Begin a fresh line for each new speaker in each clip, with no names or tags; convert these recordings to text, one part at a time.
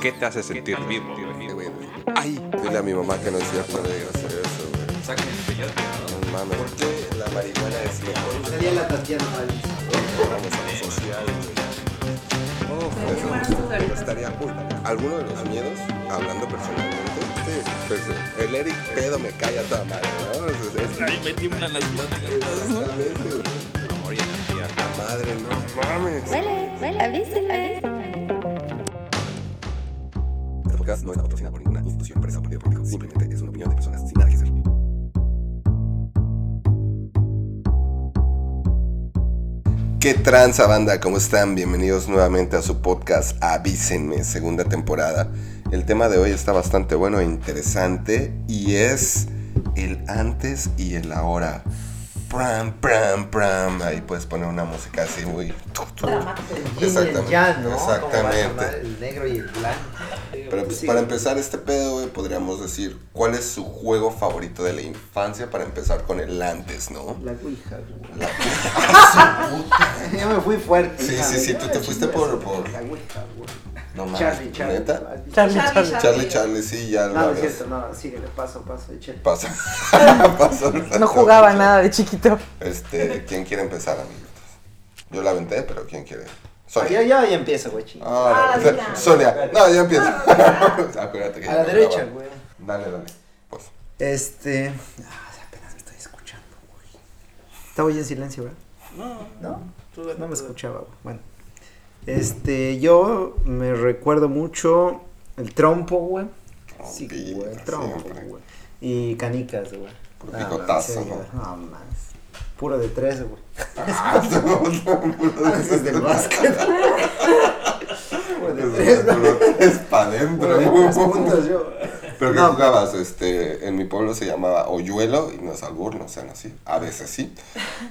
¿Qué te hace sentir Este vivo?
Ay, dile a mi mamá que no es cierto, no digas eso, güey. No mames, ¿por qué la marihuana es mejor? güey?
Sería la Tatiana Paris.
Vamos a lo social, güey. Eso, eso estaría cool. ¿Alguno de los miedos, hablando personalmente? Sí, pues el Eric pedo me cae a toda madre, ¿no? Es- es- es-
Ahí me tiemblan las pláticas.
Exactamente, güey. Madre, no mames.
Huele, huele, abriste, abriste.
Este podcast no es patrocinado por ninguna institución, empresa o partido político. Simplemente es una opinión de personas sin nada que hacer. ¿Qué tranza, banda? ¿Cómo están? Bienvenidos nuevamente a su podcast Avísenme, segunda temporada. El tema de hoy está bastante bueno e interesante y es el antes y el ahora. Pram, pram, pram. Ahí puedes poner una música así muy...
Yin y el yang, ¿no? Como va a
Exactamente.
llamar el negro y el blanco.
Pero pues, para empezar este pedo, güey, podríamos decir, ¿cuál es su juego favorito de la infancia? Para empezar con el antes, ¿no?
La Ouija. güey.
La ¡Ah, su puta!
Yo me fui fuerte.
Sí,
hija,
sí,
güey.
sí, tú te fuiste por- por-
La Ouija, güey.
No mames,
Charlie, Charlie.
¿neta?
¿has visto?
Charlie, Charlie.
Charlie, Charlie, sí, ya lo
No, no es
habías-
cierto, no, síguele, paso, paso, eche.
Pasa. Pasó el rato.
No jugaba nada de chiquito.
Este, ¿quién quiere empezar, amiguitos? Yo la aventé, pero ¿quién quiere?
Yo,
Sonia.
yo ya empiezo, güey, chinga.
Ah,
Ah,
Sonia. No, ya empiezo. Acuérdate que
A
ya
la
me
derecha,
grababa.
güey.
Dale, dale. Pues.
Este. Ah, apenas me estoy escuchando, güey. Estaba yo en silencio, ¿verdad? No. No, no me escuchaba, güey. Bueno. Este, yo me recuerdo mucho el trompo, güey. Sí, güey, el
Trompita,
trompo,
siempre.
güey. Y canicas, güey.
Puro
No, mames,
picotazo,
sí,
¿no?
güey. No mames. Puro de tres, güey.
Ah, Antes
Antes del básquet. Puro de tres, güey.
Es para adentro.
Puro de tres puntos, yo.
Pero que
No.
jugabas, este, en mi pueblo se llamaba hoyuelo y no es albur, no sean así, a veces sí.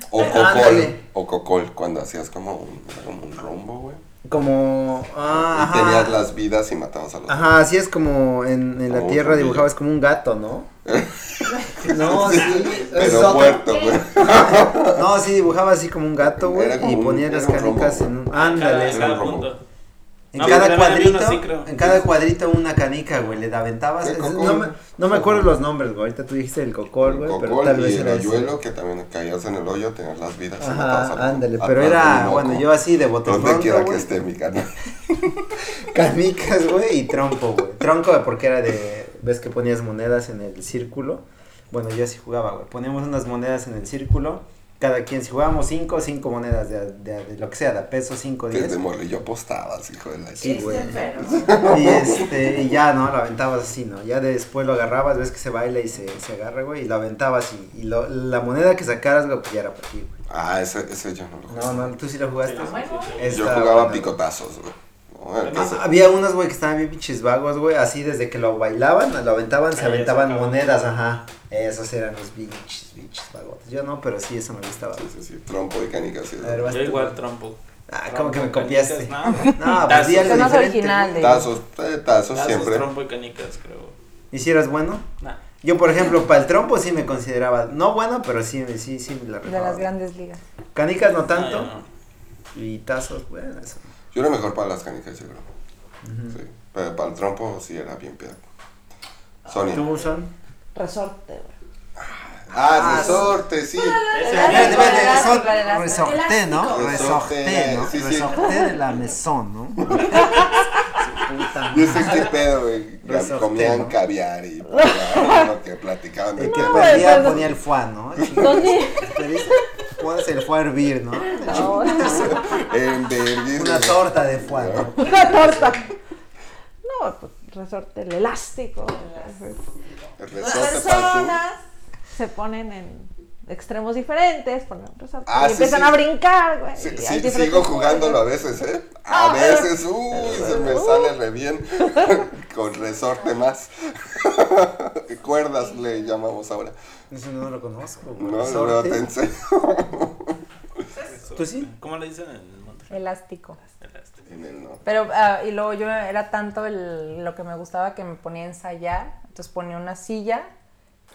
O cocol,
Ándale.
o cocol, cuando hacías como un, era como un rombo, güey.
Como. Ah,
Y tenías
ajá.
las vidas y matabas a los
Ajá, así es como en, en la
Como un
tierra
zombi.
dibujabas como un gato, ¿no? no, sí, es
Pero
otro.
muerto, güey.
No, sí dibujaba así como un gato, güey,
Era como
y
un-
ponía
era
las
un rombo,
canicas en un... Ándale.
Era
Cada,
un
cada
robo.
punto.
En
No,
cada
pero también había uno
cuadrito,
así, creo.
en cada cuadrito una canica, güey, le aventabas.
El
es-
cocol.
No me, no me acuerdo los nombres, güey, ahorita tú dijiste el cocol, güey, pero tal
Cocol y
vez
el
era ese.
hoyuelo, que también caías en el hoyo, tenías las vidas y matabas a los
Ajá, ándale,
atrás
pero
de
era
un
cuando
ojo.
yo así de botón
ah, Donde quiera que esté mi canal.
Canicas, güey, y trompo, güey. Tronco porque era de. ¿Ves que ponías monedas en el círculo? Bueno, yo así jugaba, güey. Poníamos unas monedas en el círculo. Cada quien, si jugábamos cinco, cinco monedas de, a- de a- de lo que sea, de a peso, cinco,
Que
diez.
de mole, yo apostabas, hijo de la
Sí,
chica.
güey.
Este enfermo.
Y este, y ya, ¿no? Lo aventabas así, ¿no? Ya después lo agarrabas, ves que se baila y se, se agarra, güey, y lo aventabas y, y lo- la moneda que sacaras, güey, pues ya era para ti, güey.
Ah, ese, ese yo no lo jugué.
No, no, tú sí lo jugaste.
Bueno,
Yo
Estaba
jugaba
bueno.
picotazos, güey. No, el que
Ah,
se-
Había unos, güey, que estaban bien pinches vagos, güey. Así desde que lo bailaban, lo aventaban, se
Ah, ya
aventaban
sacaban.
monedas, ajá. Esos eran los pinches, pinches vagotes. Yo no, pero sí, eso me gustaba.
Sí, sí, sí, trompo y canicas. Sí,
A ver, vas
Yo
tú.
igual trompo.
Ah, como que me
Trompo,
copiaste.
canicas,
No, pues
Tazos.
di algo
Lo más
diferente,
original
güey.
de-
tazos, eh, tazos,
Tazos,
siempre.
trompo y canicas, creo.
¿Y si eras bueno?
Nah.
Yo, por ejemplo, para el trompo sí me consideraba, no bueno, pero sí, sí, sí me la
De
rifaba.
las grandes ligas.
Canicas no
No,
tanto,
yo Ah, no.
y tazos, bueno, eso.
Yo era mejor para las canicas, yo creo. Sí. Pero para el trompo sí era bien pedo. Sonia.
Ah, ¿Tú, son?
Resorte.
Ah, resorte, sí.
Ese
Ah,
es
Espérate, espérate,
el-
elástico, resor- elástico.
resorte, ¿no?
Resorte,
Resorte, ¿no?
sí, sí.
Resorte de la mesón, ¿no? Su puta
Yo sé qué pedo, güey.
Resorte,
Comían
¿no?
caviar y platicaban lo que platicaban.
El
de
que
que-
perdía
pero-
ponía el foie, ¿no? Pones el foie a hervir, ¿no?
En vergüenza.
Una torta de foie, ¿no?
Una torta. No, pues resorte, el elástico.
El
las
Resorte para
personas.
Se ponen en extremos diferentes, ponen un resorte.
Ah,
y
sí,
empiezan
sí.
a brincar, güey.
Sí,
y
sí,
hay diferentes
sigo
cosas.
jugándolo a veces, ¿eh? A
Ah, Uh. pero-
veces, uy, se me sale re bien. Con resorte más. Cuerdas le llamamos ahora.
Eso no lo conozco. güey.
No, no, no,
Resorte.
te enseño.
¿Tú Pues sí?
¿Cómo le dicen en Monterrey?
Elástico.
Elástico.
En el no.
Pero, ah, y luego yo era tanto el- lo que me gustaba que me ponía a ensayar. Entonces ponía una silla y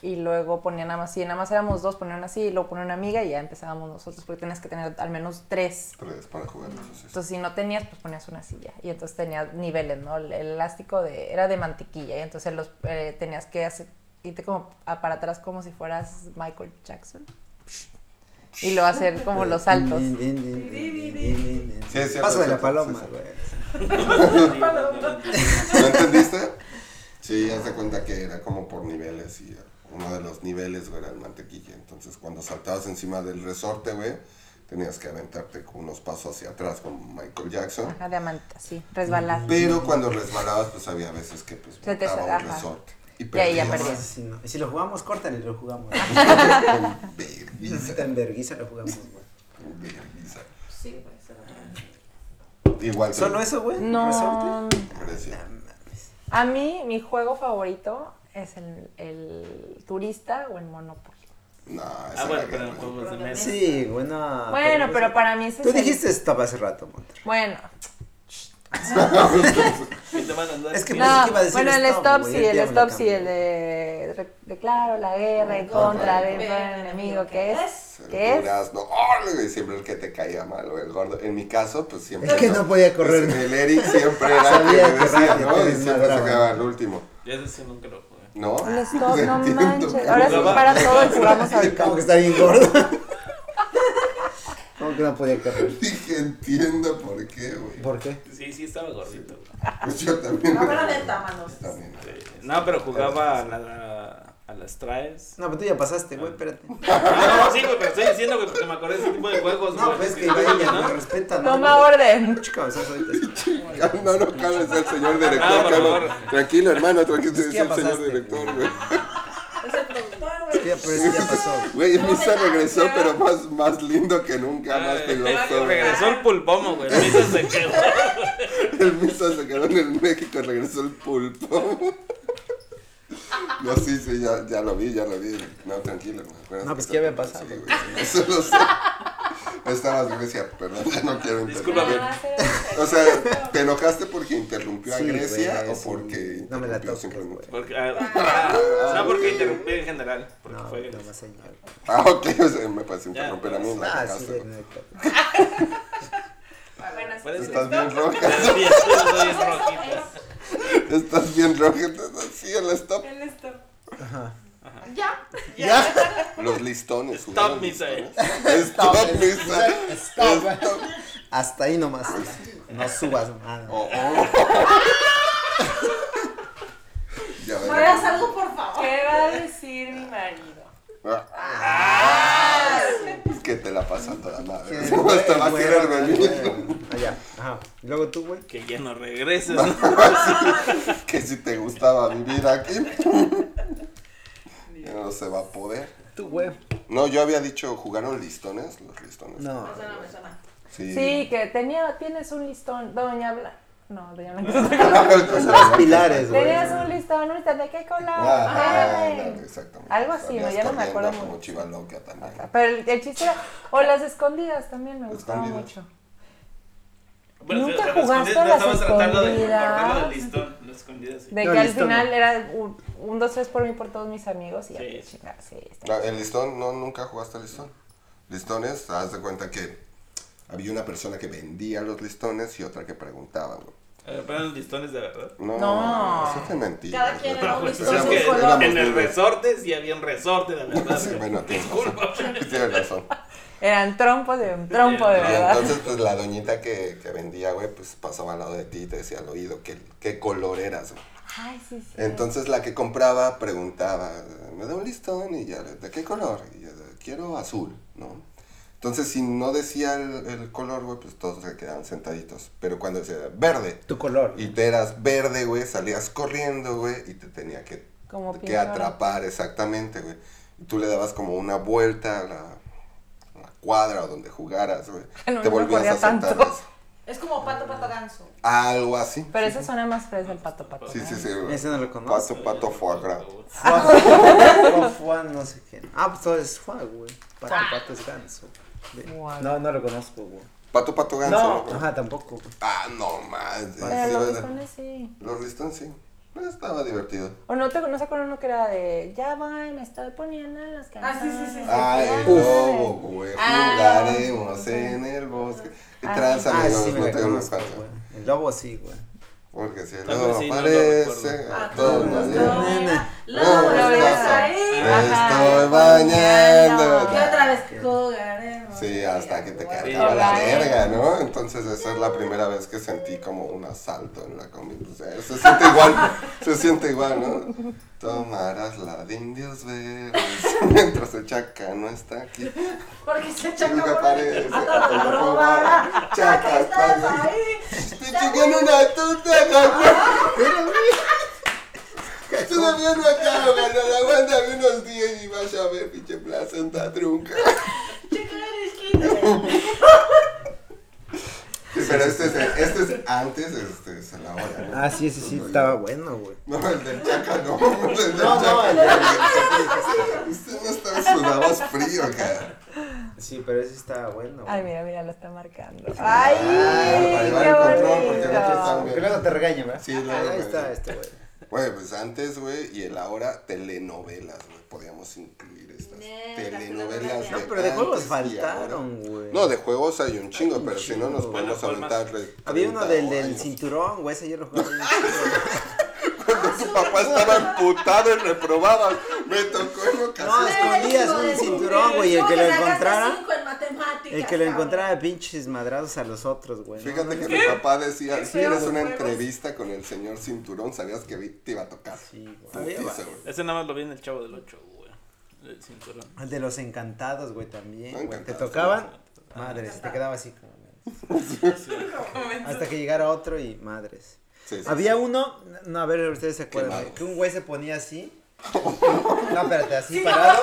y luego ponían nada más, si nada más éramos dos, ponían así y luego ponían una amiga y ya empezábamos nosotros porque tenías que tener al menos tres.
Tres para jugar. entonces.
Entonces, si no tenías, pues ponías una silla. Y entonces tenías niveles, ¿no? El el elástico de, era de mantequilla. Y entonces los, eh, tenías que hacer- irte como a- para atrás como si fueras Michael Jackson. Y luego hacer como los saltos.
Sí, es cierto,
Paso de
es
la
cierto,
paloma,
sí, sí.
güey.
¿No entendiste? Sí, haz de cuenta que era como por niveles y eh, uno de los niveles, güey, era el mantequilla. Entonces, cuando saltabas encima del resorte, güey, tenías que aventarte con unos pasos hacia atrás con Michael Jackson.
Ajá, de amante, sí, resbalar.
Pero cuando resbalabas, pues había veces que pues
Se te-
botaba un
ajá.
resorte.
Y ahí ya
Ah,
perdías.
sí, no. Y si lo jugamos, córtale, lo jugamos.
Con vergüenza,
Tan vergüenza lo jugamos, güey.
con vergüenza. Igual que
¿Solo eso, güey?
No.
¿Resorte?
parecía.
A mí, mi juego favorito es el, el turista o el monopolio.
No, esa
Ah, bueno,
era
pero en
guerra.
juegos de mesa.
Sí, bueno.
Bueno, pero para mí ese
pues Tú
es el-
dijiste esto hace rato, Monter.
Bueno,
Y te van a andar
Es que-
así.
pensé
No,
iba a decir
bueno, el
stop,
stop
güey,
sí,
ya
el
me lo
stop sí,
cambié.
el de re- declaro la guerra en contra del enemigo que es,
El
que es,
durazno, ¡ole! güey, siempre el que te caía mal, o el gordo. En mi caso, pues siempre.
El que no podía correr.
pues, el Eric siempre era el que
Sabía
me
que
decía,
rápido
¿no?
te
Y siempre
desmadraba.
sacaba el último.
Ya ese sí nunca lo jugué.
¿No? Pues,
el stop, no
Entiendo, Pues,
manches.
cabrón.
Ahora sí
Jugaba-
para todo y jugamos ahorita.
Como que está bien gordo. Como que no podía correr.
Dije, entiendo por qué, güey.
¿Por qué?
Sí, sí, estaba gordito.
Pues yo también.
No, pero neta, mano.
También.
güey. No, pero jugaba a, la- a las traes.
No, pero tú ya pasaste, güey, espérate.
Ah, No, sí, güey, pero estoy diciendo, güey, porque me acordé de ese tipo de juegos,
No,
güey.
pues es que
Sí,
vaya,
¿no?
me respeta, ¿no?
Toma orden.
Mucho cabezazo ahorita.
No, no, calmes al señor
Ah,
director,
por
calma.
favor.
Tranquilo, hermano, tranquilo.
Es
Es
que ya
el señor
pasaste,
director,
güey.
güey.
Es el productor, güey.
Ya, pero eso ya pasó.
Güey, Misa
me
regresó,
cansa.
pero más, más lindo que nunca, más
Ay,
filoso. güey.
Ah, Regresó el pulpomo, güey. Me hizo se quedó.
El Misa se quedó en el México y regresó el pulpo. No, sí, sí, ya, ya lo vi, ya lo vi. No, tranquilo, me acuerdo.
No, pues, ¿qué había pasado?
Sí, güey, eso lo sé. Estabas bien, decía, perdón, ya no quiero
Discúlpame.
interrumpir. O sea, ¿te enojaste porque interrumpió a
Sí, güey,
Grecia o
es un-
porque
no me la
interrumpió
toques,
simplemente?
Porque, ah, ah, no, porque interrumpí en general. Porque
No,
fue.
no más señor.
Ah, ok, o sea, me parece interrumpir a mí, la
Ah, sí,
tocaste,
de
güey.
neta.
Puede ser.
Estás bien roja,
Sí, estoy bien rojito.
estás bien roja, estás así el stop.
El esto.
Los listones.
Stop,
jugaron
Misa.
listones. Stop, Misa.
Stop. Hasta ahí nomás. No subas, mano.
Oh, oh. Ya
Voy a
verás.
hacer algo, por favor.
¿Qué va a decir mi marido?
Ah. Es que te la pasan toda madre.
Ah. Sí,
No te va a
güey,
querer
güey,
venir.
güey. Allá. Ajá. Y luego tú, güey.
Que ya no regreses. ¿no?
Que si te gustaba vivir aquí. Ya No se va a poder.
Tú, güey.
No, yo había dicho, ¿jugaron listones? Los listones.
No.
Suena, me suena.
Sí.
Sí, que tenía, tienes un listón, doña Blanca. No, doña
Ah,
Blanca.
Los pilares, güey.
Tenías un listón ahorita de qué color.
Ah,
Verde.
ándale, exactamente.
Algo así, ¿no?
Sabías
ya no me
corriendo
acuerdo
Como
mucho.
chiva loca también.
Pero el, el chiste era, o las escondidas también me gustaba
Escondidas.
mucho.
Bueno,
Nunca
sí, o sea,
jugaste a
escondidas,
las
estabas tratando de
escondidas.
guardarlo del listón, las escondidas, sí.
De
No,
que al
listo,
final
no.
era un, un, dos, tres por mí, por todos mis amigos y ya,
Sí.
qué chingada, sí, está
No, el listón, no, nunca jugaste al listón. Listones, haz de cuenta que había una persona que vendía los listones y otra que preguntaba, güey.
Eh, Pero eran listones de verdad.
No,
No.
eso te mentí.
Cada quien era un
Pues,
Éramos-
es que
éramos
en el resorte sí había un resorte, de verdad.
Sí, bueno, tienes
Disculpa.
razón. Tienes razón.
Eran trompos de un trompo de
Y
verdad.
entonces, pues la doñita que, que vendía, güey, pues pasaba al lado de ti y te decía al oído qué, qué color eras, güey.
Ay, sí, sí.
Entonces la que compraba preguntaba, me da un listón y ya, ¿de qué color? Y yo, quiero azul, ¿no? Entonces si no decía el, el color, güey, pues todos se quedaban sentaditos. Pero cuando decía verde
Tu color.
y te eras verde, güey, salías corriendo, güey, y te tenía que,
Como
que
pintor.
atrapar exactamente, güey. Y tú le dabas como una vuelta a la, a la cuadra o donde jugaras, güey.
No, no
te
me
volvías a
acordé tanto.
sentar. así.
Es como pato, pato, ganso.
Algo así.
Pero ese suena más fresco el pato pato.
Sí,
¿no?
sí, sí. güey.
Ese no lo conozco.
Pato, pato, foie gras.
Juan, Juan, no sé qué. Ah, pues todo es Juan, güey. Pato, pato es ganso. De-
Juan.
No, no lo conozco, güey.
Pato, pato, ganso.
No,
güey.
ajá, tampoco. güey.
Ah, no más.
Pero los listones sí.
Los listones, sí. Pero estaba divertido.
O no, te, no se acuerdan uno que era de, ya va, me estoy poniendo en las
Ah, sí, sí, sí, sí.
canciones".
Ah, el
Uf.
lobo, güey.
Ah.
Jugaremos en el bosque. ¿Qué
Ah,
tranza,
Ah,
amigos?
sí, me
no
la
tengo una
conozco,
panza.
güey. El lobo sí, güey.
Porque si el
Tal
lobo
vez sí, no lo
aparece,
recuerdo.
a
Ah,
todos
no,
nos
no,
lleva.
no.
Lobo,
No,
estás
no.
ahí.
Me
Ajá.
estoy
Ah.
bañando.
Y otra vez jugaremos.
Sí, ah. hasta que te
Sí.
cargaba la
Hola.
verga, ¿no? Entonces esa es la primera vez que sentí como un asalto en la comida. O sea, se siente igual, se siente igual, ¿no? Tomarás la de indios verdes mientras el chaca no está aquí.
Porque se
Nunca
chaca
aparece.
A toda la broma.
Chaca,
Chaca, estás
está ahí.
ahí.
Te chingan una tuta, cabrón. Tú también no acabo, carnal. Aguántame unos días y vas a ver, pinche placenta trunca.
Chaca, eres quita.
Sí, pero este es, este es antes, este es a la hora, ¿no?
Ah, sí, sí, sí, estaba bueno, güey.
No, el del chaca no, el del
No, no,
chaca.
el del
Usted no estaba sudabas frío, cara.
Sí, pero ese estaba bueno, güey.
Ay, mira, mira, lo está marcando. ¡Ay!
Ah, para llevar
¡Qué
el control, porque no te
bonito!
están-
Porque luego te regaña, ¿verdad?
Sí, luego
Ahí
me-
está este, güey.
Güey, pues antes, güey, y el ahora, telenovelas, güey. Podíamos incluir estas
Neta,
telenovelas.
No,
de
Pero de juegos
antes y ahora.
faltaron, güey.
No, de juegos hay un chingo,
Hay un
pero si no
chingo.
nos
Bueno,
podemos
¿cuál más?
aventar.
Había uno
30
del, del
años.
cinturón, güey, ese yo lo jugaba. bien chido.
Cuando tu papá estaba emputado y reprobado, me tocó en
No,
ocasiones.
escondías
Hijo de
un
su
cinturón,
madre.
güey, y el
¿Cómo
que lo
le sacaste
encontrara,
cinco en matemáticas,
el que lo
cabrón?
encontrara pinches madrazos a los otros, güey. ¿no?
Fíjate que mi papá decía,
Qué
si
feo
eres
los
una
juegos.
entrevista con el señor Cinturón, sabías que vi- te iba a tocar.
Sí, güey.
Putiza,
Había-
güey.
Ese nada más lo vi en el Chavo del 8, güey. El cinturón.
El de los encantados, güey, también.
No,
güey. Te
encantados,
tocaban, madres, te quedaba así como. Hasta que llegara otro y madres.
Sí, sí,
Había uno, no, a ver, ustedes se acuerdan,
Quemado.
güey, que un güey se ponía así. No, espérate, así parado.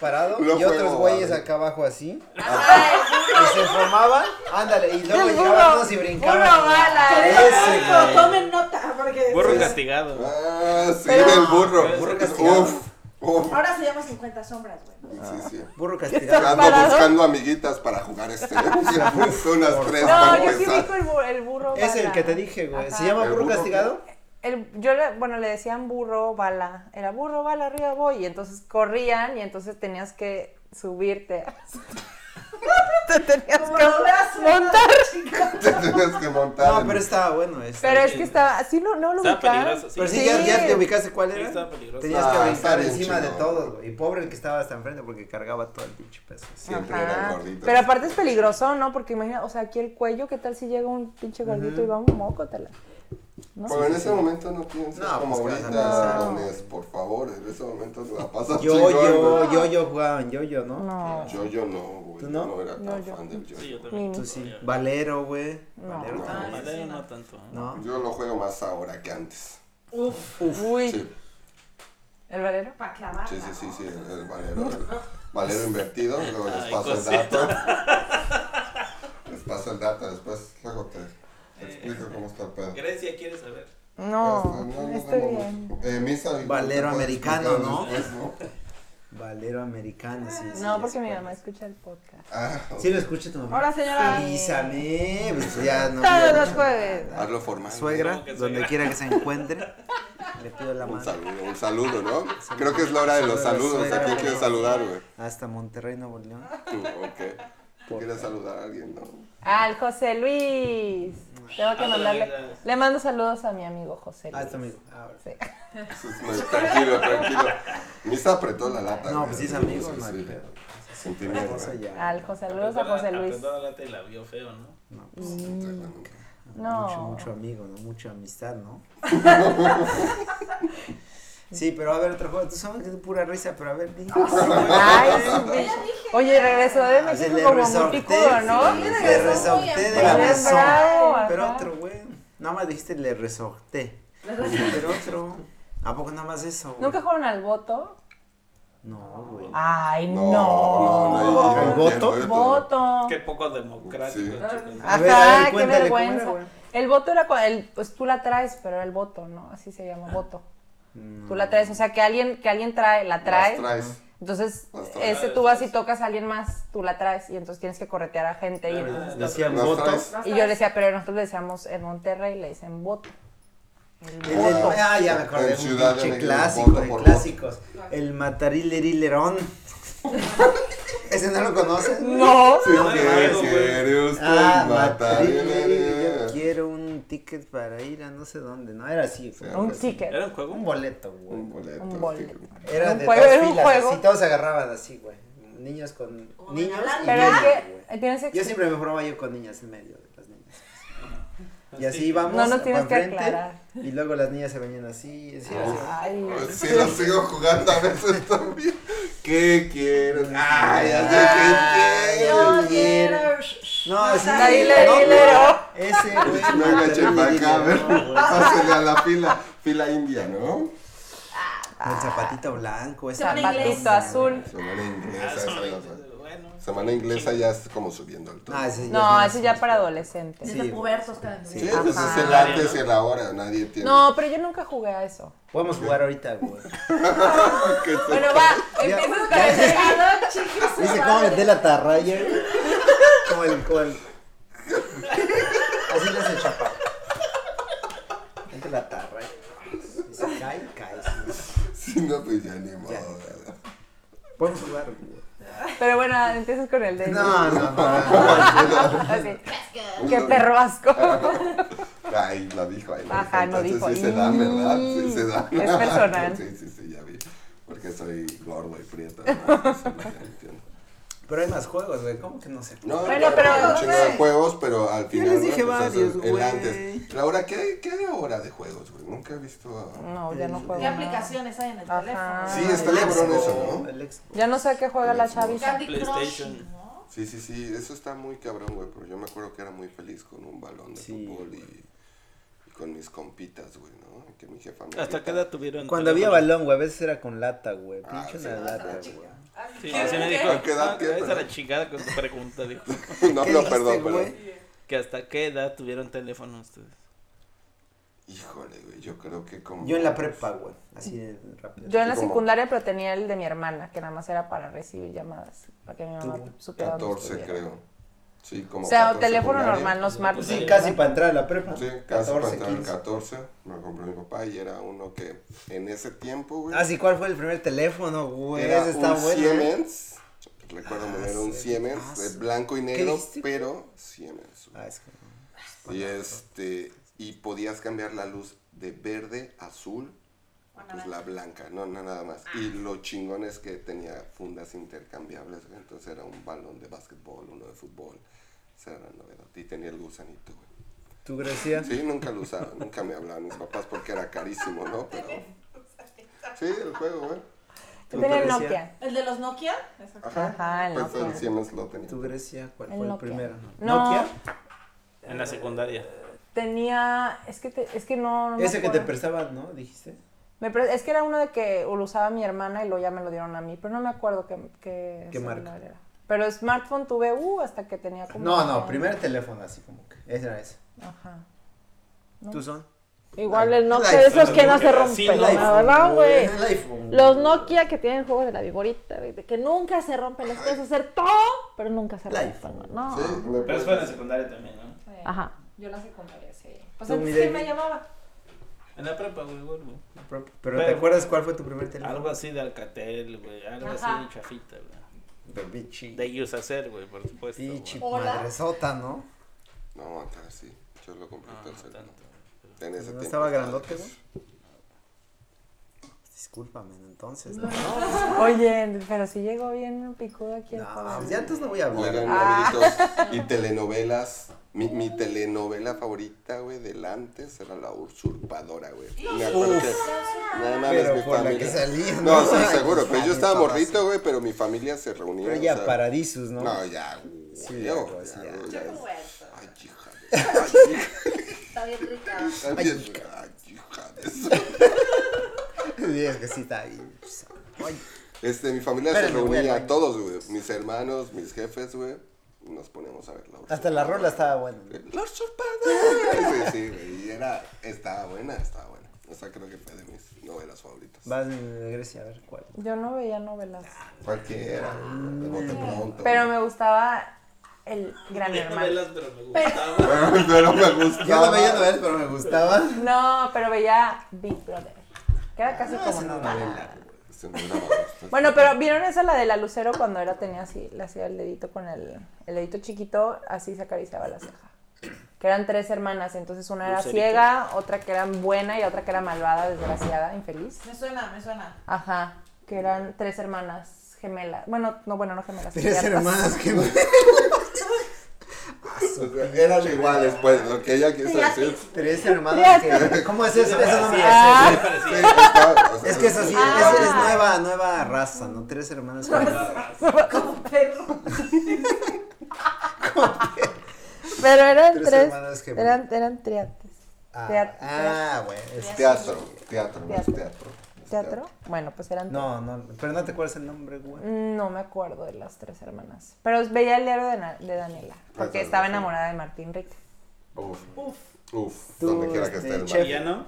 Parado.
Lo
y
fue
otros
bobado.
güeyes acá abajo así.
Ay,
Y se formaban. Ándale, y luego
Del
llegaban
burro.
todos y
Uno
brincaban.
bala,
Pero
¿eh?
Ese,
hijo,
güey.
Tomen nota, porque.
Burro
Sí.
castigado. güey.
Ah, sí,
Pero-
el burro.
Pero- Burro
castigado.
Uf, uf.
Ahora se llama 50 sombras, güey.
Sí, sí.
Burro
Ando
castigado.
¿Parado?
buscando amiguitas para jugar este. Unas tres
No,
para
yo sí
empezar.
ubico el, bu- el burro bala.
Es el que te dije, güey.
Ajá.
¿Se llama
¿El
burro
burro
castigado?
El- yo, le- bueno, le decían burro, bala. Era burro, bala, arriba voy. Y entonces corrían y entonces tenías que subirte. te tenías
Como
que
lo veas,
montar.
Te tienes que montar.
No,
en-
pero estaba bueno ese.
Pero es que estaba, sí, no, no lo
Estaba
ubicaban.
peligroso, sí.
Pero sí,
Sí.
Ya, ya te ubicaste cuál
Sí,
era.
estaba peligroso.
Tenías
Ah,
que
está
brincar
bien
encima
chingón.
de todos, güey. Y pobre el que estaba hasta enfrente porque cargaba todo el pinche peso.
Siempre
Ajá.
eran gorditos.
Ah, Pero aparte es peligroso, ¿no? Porque imagina, o sea, aquí el cuello, ¿qué tal si llega un pinche gordito y vamos, mócotela? No
Pero en ese momento no piensas
No,
como
pues,
ahorita,
claro.
Sarones, por favor. En ese momento te la pasas
Yo,
chingón, güey.
yo, yo, yo jugaban yo, yo, ¿no?
No,
Yo, yo no, güey.
¿Tú
yo
no?
no era
No,
tan
yo-
fan del yo.
Sí, yo
ni-
también.
Tú sí. Valero, güey.
Ah.
Valero también.
Madero no tanto. ¿eh?
No.
Yo lo juego más ahora que antes.
Uf,
Uy,
Sí,
¿el valero?
para clavarla.
sí, sí, sí,
¿no?
sí, el, el valero. el valero invertido, luego les
Ay,
paso el
cosita.
dato. Les paso el dato, después luego
Eh,
te, te explico cómo está el pedo.
Grecia quiere saber.
No,
no, no,
estoy
no, no.
Oh, bien.
Eh, misa, igual
Valero
te puedo
americano,
explicar
¿no?
después, pues, ¿no?
Valero americano, sí. sí, ya
No, porque
sé
mi
cuál
mamá
es.
escucha el podcast.
Ah,
Sí, lo escucha tu mamá.
Hola, señora.
Avísame. Pues ya no.
Todos los jueves.
hazlo formal.
Suegra,
Como que
donde
suegra.
quiera que se encuentre, le pido la
Un
mano.
saludo, un saludo, ¿no? Creo que es la hora de los saludos. ¿A quién quieres saludar, güey?
Hasta Monterrey, Nuevo León.
Tú, ok. ¿Tú quieres saludar a alguien, no?
Al José Luis. Tengo que
Ah,
mandarle.
gracias.
Le mando saludos a mi amigo José Luis.
Hasta este amigo. Ah, Ahora.
Sí.
Eso es muy- Tranquilo, tranquilo. Misa apretó la lata.
No,
güey.
pues sí es amigo, no
Sí,
hay
sí.
pedo.
Sentí miedo,
Eso
güey.
ya.
Al José, saludos a José Luis.
Apretó la lata y la vio feo, ¿no?
Exactamente.
pues, Mucho,
Mm, No.
mucho amigo, ¿no? Mucha amistad, ¿no? sí, pero a ver, otro juego. Tú sabes que es pura risa, pero a ver, di.
Ah, Ay, su bicho. Oye, regresó de
Así
México
le
como muy
resorté,
picudo, ¿no?
sí,
Sí,
Le
regresó
resorté
muy
de la
bravo.
Bravo,
mesa.
ajá.
Pero otro, güey. Nada más dijiste le resorté. Pero otro. ¿A poco nada más eso? güey?
¿Nunca Ah. jugaron al voto?
No, güey.
Ay,
No,
no.
no, no.
¿El voto?
Voto.
Qué poco democrático.
Sí.
chico.
A
Ajá,
ver, a ver, cuéntale,
qué
¿cómo era,
vergüenza.
güey?
El voto era cuando, el, pues tú la traes, pero era el voto, ¿no? Así se llama, voto.
Mm.
Tú la traes, o sea, que alguien, que alguien trae, la trae.
Las traes.
Entonces,
Las traes.
ese tú vas y tocas a alguien más, tú la traes, y entonces tienes que corretear a gente. Y,
Decían
Las
voto.
traes.
y yo le decía, pero nosotros le decíamos en Monterrey, le dicen voto.
El- el-
Wow.
ah, ya me acordé.
En
un
Ciudad de
pinche
México,
clásico
voto
de
por
clásicos. El Matarillerilerón. ¿Ese no lo conoces?
No.
Si
no,
quiere,
no,
quiere usted
Ah,
matar.
Matarillerile- Yo quiero un ticket para ir a no sé dónde. No, era así. fue
Sí.
Un ticket.
¿Era un juego?
Un boleto, güey.
Un boleto.
Un boleto.
Era
Un
de
juego,
dos
era un
filas,
juego.
así, todos se agarraban así, güey. Niños con
Como
niños.
en la
y
Pero es
Ah,
niños,
que
güey.
tienes
Yo
que...
siempre me formaba yo con niñas en medio de las niñas. Y así íbamos.
No, no tienes
pa'
que
enfrente,
aclarar.
Y luego las niñas se venían así. así, así.
Ay.
Si lo sigo jugando a veces también. ¿Qué quieres? Ay, ya sé qué
Yo
quieres.
quiero.
No, así.
Dile,
no,
dile, no.
Ese, güey.
No agache
Matarillerilerón,
para acá, a ver.
güey.
Pásale a la fila, fila india, ¿no?
Ah, El zapatito blanco. esa
Semana
madre,
Zapatito
inglesa.
azul.
Semana
Ah,
inglesa,
son
esa ya
los-
sé.
bueno.
Semana inglesa ya es como subiendo el tono.
Ah, ese
No,
es
eso
más-
ya para adolescentes.
Desde
Sí.
pubertos, cada vez.
Sí, pues es
Ajá.
el antes y el ahora, nadie tiene.
No, pero yo nunca jugué a eso.
Podemos jugar ahorita, güey.
que se-
Bueno,
Ya.
va, empiezas con el pecado, chicos.
Dice, ¿cómo meter la tarraya? Como el, como el... Así le hace el chaparro. Mete la tarraya. Y se cae, cae.
Si no, pues ya ni modo.
Ya.
¿verdad?
Podemos jugar.
Pero bueno, empiezas con el de.
No, no, no.
Así. Qué perro asco.
Ah,
Ay, lo dijo. Ay, lo
Ajá,
dijo.
no dijo.
Entonces Sí se da, ¿verdad? Sí
Mm.
se da.
Es personal.
Sí, sí, sí, ya vi. Porque soy gordo y prieto. ¿no? Sí, ya entiendo.
Pero hay más juegos, güey. ¿Cómo que no sé?
No,
Bueno,
no,
pero-
un chingo de juegos, pero al final.
les
güey,
dije
pues,
varios,
es el
güey.
antes. Laura, ¿qué hay, ¿qué hay ahora de juegos, güey? Nunca he visto.
No, ya no juego.
¿Qué
nada.
aplicaciones hay en el
Ajá.
teléfono?
Ah,
Sí, está cabrón eso, ¿no?
El Xbox.
Ya no sé a qué juega la chaviza.
Candy Crush.
PlayStation.
¿no?
Sí, sí, sí, eso está muy cabrón, güey, pero yo me acuerdo que era muy feliz con un balón de
Sí,
fútbol y, y con mis compitas, güey, ¿no? Que mi jefa me...
¿Hasta qué
gritaba.
edad tuvieron?
Cuando había
teléfono?
balón, güey, a veces era con lata, güey.
Ah,
Pinche
sí,
una
no,
lata, güey.
Ah,
Sí, sí me dijo.
¿A qué edad
"Ah,
qué,
esa
perdón?
la chingada con tu pregunta, dijo.
no,
¿Qué
no,
dijiste,
perdón, perdón.
güey?
Que hasta qué edad tuvieron teléfono ustedes.
Híjole, güey, yo creo que como...
Yo en la prepa, güey. Así de rápido.
Yo en la
¿Cómo?
secundaria, pero tenía el de mi hermana, que nada más era para recibir llamadas, para que mi mamá
Tú,
supiera dónde
14,
estuviera.
creo. Sí, como
O sea,
14
teléfono
primaria.
normal, no smart.
Pues Sí,
Sí,
casi
¿no?
para entrar a la prepa.
Sí, casi
14,
para entrar al
15.
14, me lo compró mi papá y era uno que en ese tiempo, güey,
Ah, sí, ¿cuál fue el primer teléfono, güey?
era
Ese está
un
bueno. ¿eh?
Siemens, recuerdo,
Ah,
era un
sí.
Siemens,
Ah,
de
sí.
blanco y negro,
dijiste? pues,
pero Siemens, güey.
Ah, es que...
Y este y podías cambiar la luz de verde, azul, pues la blanca, no, no nada más. Y lo chingón es que tenía fundas intercambiables, güey, entonces era un balón de básquetbol, uno de fútbol. Esa era la novedad. Y tenía el gusanito, güey.
¿Tú, Grecia?
Sí, nunca lo usaba, nunca me hablaban mis papás porque era carísimo, ¿no? Pero Sí, el juego, güey.
Yo tenía el
Entonces,
Nokia.
¿El de los Nokia?
Ajá, el
Pues el
Nokia.
Siemens lo tenía.
¿Tú, Grecia? ¿Cuál
El
fue el
Nokia.
primero?
No.
En la secundaria.
Tenía, es que, te- es que no, no me
Ese que te
acuerdo.
prestaban, ¿no? Dijiste.
Me pre- es que era uno de que lo usaba mi hermana y luego ya me lo dieron a mí, pero no me acuerdo qué, qué,
¿Qué
celular
marca?
era. Pero smartphone tuve, uh, hasta que tenía como...
No, no, primer teléfono así como que. Ese era ese.
Ajá.
¿Tú son?
Igual el Nokia
Life.
de esos que no se
Sí,
rompen,
life,
la verdad, güey.
El iPhone.
Los Nokia que tienen juegos de la vigorita, güey, de que nunca se rompen, les puedes hacer todo, pero nunca se
Life.
rompen, güey, ¿no?
Sí, me
Pero
acuerdo.
eso fue en la secundaria también, ¿no?
Ajá.
Yo la secundaria, sí.
Pues Tú, antes, mi ¿quién David. me
llamaba?
En la prepa, güey, igual, güey.
Pero, pero, ¿te
Pero-
acuerdas cuál fue tu primer teléfono?
Algo así de Alcatel, güey. Algo así de chafita, güey.
De bichi.
De Usacer, güey, por supuesto. güey.
Bichi, madresota, ¿no?
No, acá sí. Yo lo compré
No, no
tercero.
Ah, tanto.
En ese
¿No
tiempo
estaba
estaba pues
grandote,
de-
güey? Discúlpame, entonces. No,
Oye, pero si llegó bien picudo aquí. el
no, pues
cabrón.
ya entonces no voy a hablar. Ah,
Oigan, amiguitos, y telenovelas. Mi, mi telenovela favorita, güey, del antes era La Usurpadora, güey. Me acuerdo que- Nada más
Pero
mi
por la
familia.
que salí,
No,
¿no?
sí,
Ay,
seguro.
pues,
Pero yo estaba
maldito
morrito, güey, pero mi familia se reunía.
Pero
o
ya,
sea,
Paradisus, ¿no?
No, ya, güey.
Sí,
ya,
algo así,
ya,
ya.
güey, ya.
Chico muerto.
Ay, hija de- Ay, hija
Está bien rica.
de- Ay, hija de eso.
Sí, es que sí está ahí. pues, Oye,
Este, mi familia se
Espérenme, voy al
reunía,
baño.
todos, güey. Mis hermanos, mis jefes, güey. y Nos poníamos a ver la
hasta la
Usurpadora.
rola estaba buena. ¿no?
La usurpadora. Sí, sí, güey. Y era, estaba buena, estaba buena. O sea, creo que fue de mis novelas favoritas.
Vas de Grecia a ver cuál.
Yo no veía novelas.
Ah,
Cualquiera, güey, de bote pronto.
Pero me gustaba el gran
Veía
hermano.
novelas, pero me gustaba.
Pero me
Yo no veía
gustaba.
novelas, pero me gustaba.
No, pero veía Big Brother. Que era casi
No,
como
es una
normal.
Ah, novela.
Esto Este, no era malo, esto es-
Bueno, pero ¿vieron esa la de la Lucero cuando era tenía así, le hacía el dedito con el, el dedito chiquito, así se acariciaba la ceja? Que eran tres hermanas, entonces una era
Lucerito.
ciega, otra que era buena y otra que era malvada, desgraciada, infeliz.
Me suena, me suena.
Ajá, que eran tres hermanas gemelas. Bueno, no, bueno, no gemelas.
Tres
ciertas.
hermanas que me...
Eran iguales, pues, lo que ella quiso
Ya
decir.
Tres hermanas que... ¿Cómo es eso? Eso no me lo sé.
Ah,
Sí, estaba- o sea,
Es que es así,
Ah.
es, es nueva, nueva raza, ¿no? Tres hermanas. que-
Como perro.
pero eran
Tres
tres,
hermanas gemelas.
eran, eran triates.
Ah,
Teat-
ah, güey. es-
Teatro, teatro, no es
Teatro.
teatro. es
¿Teatro? Bueno, pues eran
No, no, pero no te acuerdas el nombre,
Mm.
güey.
No me acuerdo de las tres hermanas. Pero veía el diario de, Na- de Daniela. Porque
Ajá,
estaba
ajá.
enamorada de Martín Rica.
Uf,
Uf.
uf,
Tú,
donde quiera que
este,
esté el
chef.
mar.
¿Ya no?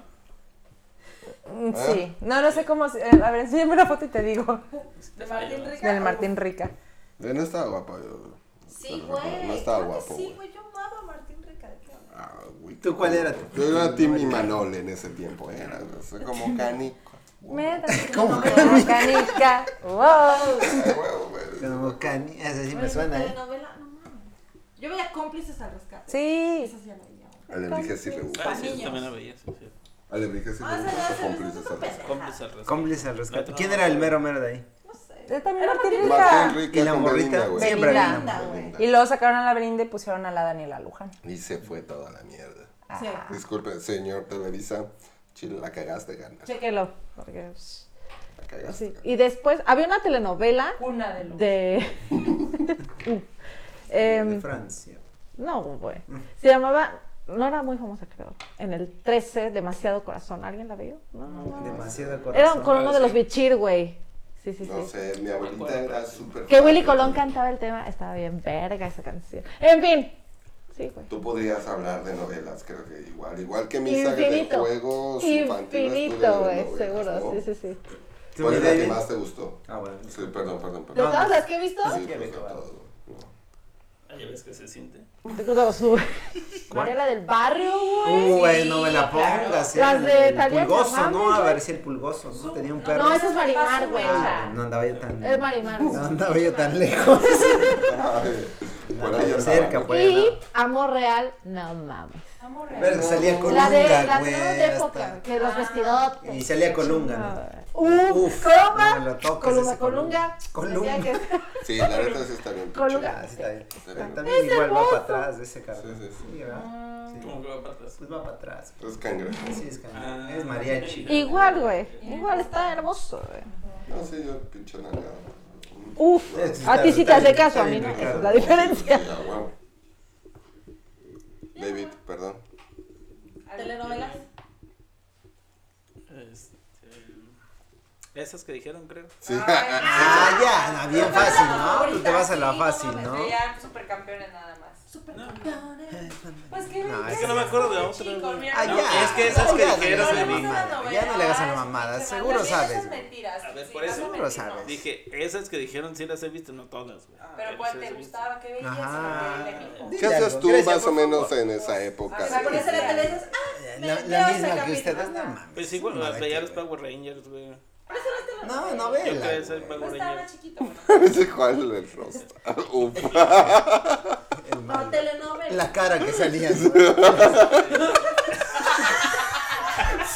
Mm, Sí. No, no sé cómo. se- eh, a ver, enséñame una foto y te digo.
¿De Martín Rica?
Del Martín Rica.
Eh, No estaba guapo. yo-
Sí,
no,
güey.
No estaba
Creo que
guapo.
Sí,
güey.
güey. Yo amaba a Martín Rica. ¿de qué hablas?
Ah, güey.
¿Tú cuál era?
Yo era Timmy Manol en ese tiempo. ¿eh? Era o sea, como canico.
Mira, como canica. Wow.
Ay, huevo, güey.
Como Cani, ese sí me
Oye,
suena,
de
¿eh?
novela, no mames. Yo veía cómplices al rescate.
Sí.
Esa sí ya la veía. güey.
Alebrije sí le gusta.
Ah, sí,
niños.
yo también la veía, sí, sí.
Alebrije sí
Ah,
le
esa ya
gusta.
se me
Cómplices
hizo
al
súper
Cómplices al rescate.
Cómplices al rescate.
No,
¿Quién
no,
era el
no.
mero mero de ahí?
No sé.
Eh, También Martín
Martín
Rica.
Rica
¿Y la
con
morrita?
Belinda, güey.
Siempre
Belinda.
había una
Belinda,
Y luego sacaron a la Brinda y pusieron a la Daniela Luján. Ah,
Y se fue toda la mierda.
Sí.
Disculpe, señor Televisa. Chile, la cagaste, ganas.
Chéquelo. porque-
La cagaste.
Sí. Y después había una telenovela
Una de
de.
De
Uh.
Em,
Francia.
no, pues, güey. Se llamaba. No era muy famosa, creo. En el 13, Demasiado Corazón. ¿Alguien la vio? No, no, no.
Demasiado
Era
corazón. Ah,
con uno de los bichir, güey. Sí, sí, sí.
No sé, mi abuelita era súper.
Que
fan
Willy
de-
Colón cantaba el tema. Estaba bien verga esa canción. En fin. Sí, güey.
Tú podrías hablar de novelas, creo que igual. Igual que mis sagas de
Infinito.
juegos infantiles.
Infinito, güey, seguro. Sí, sí, sí.
¿Tú,
¿Cuál
mi
es la que
David?
más te gustó?
Ah, bueno.
Sí, perdón, perdón,
¿De
perdón.
todas las que he visto?
Sí,
que me
pues, de
acabas.
todo, no.
Ah, ya ves que se siente.
De todas las Era la del barrio, güey.
Uh, güey, no me la pongas.
Las
era
de
el
Talía
Pulgoso,
Fernández,
¿no? A
güey.
ver si el pulgoso, ¿no? Tenía un perro.
No, esa es Marimar, güey.
Ah, no andaba yo tan.
Es Marimar.
No andaba yo tan lejos.
Ay, Por ahí
Pero
andaba,
cerca,
¿no?
pues.
Y Amor Real, no mames.
Pero salía
La de
Colunga,
la
güey.
de
hasta-
época, que los vestidotes.
Y salía Colunga, ¿no?
Uf,
Uf,
Columba,
no me lo toques
Columba,
ese Colunga.
Colunga.
Colunga.
Decía que-
Sí, la neta sí está bien.
Colunga.
Ah, sí, está bien.
bien.
También igual va para atrás de ese carro.
Sí, sí, sí.
¿verdad?
Ah.
Sí.
Como que va para atrás.
Pues va para atrás.
Es cangrejo.
Sí, es cañón.
Ah.
Es mariachi.
Igual, güey. Igual está hermoso, güey.
No, sí, yo pinche nalgada.
Uf, a ti sí te hace caso, a mí no. Esa es la diferencia.
Sí, a huevo. David, perdón.
Telenovelas.
Este, esas que dijeron, creo.
Sí.
Ah, ya, no, bien fácil, ¿no? Tú
Ahorita
te vas a la
sí,
fácil,
mames,
¿no?
veía-
supercampeones nada más.
Supercampeones. Pues que
No,
Es que no me acuerdo de otra. güey.
Ah,
No,
ya.
es que esas
No,
que
ya le
dijeron,
hagas a la
le dije.
mamada, Ya no le hagas a la mamada, seguro sabes. güey.
mentiras.
A ver, por eso.
Seguro sabes.
Dije, esas que dijeron sí las he visto, no todas, güey.
Pero
Ah, sí
cuál
las
te
he visto.
gustaba, qué veías,
Ajá.
¿Qué te dijo?
¿Qué
Dile
hacías
algo,
tú
Grecia,
más o
por
menos en esa época?
O sea, por eso le dices, ah,
La, la
Mentirosa,
misma que
capitana.
ustedes, no mames.
Pues igual,
nada
las veía
que
los
ver.
Power Rangers, güey.
No,
Yo
novela.
creo que soy
güey.
Power
pues estaba más
Rangers.
chiquito. güey.
Ese cuál es el rostro. Uf.
El
No,
mal.
telenovelas.
La cara que salía. güey.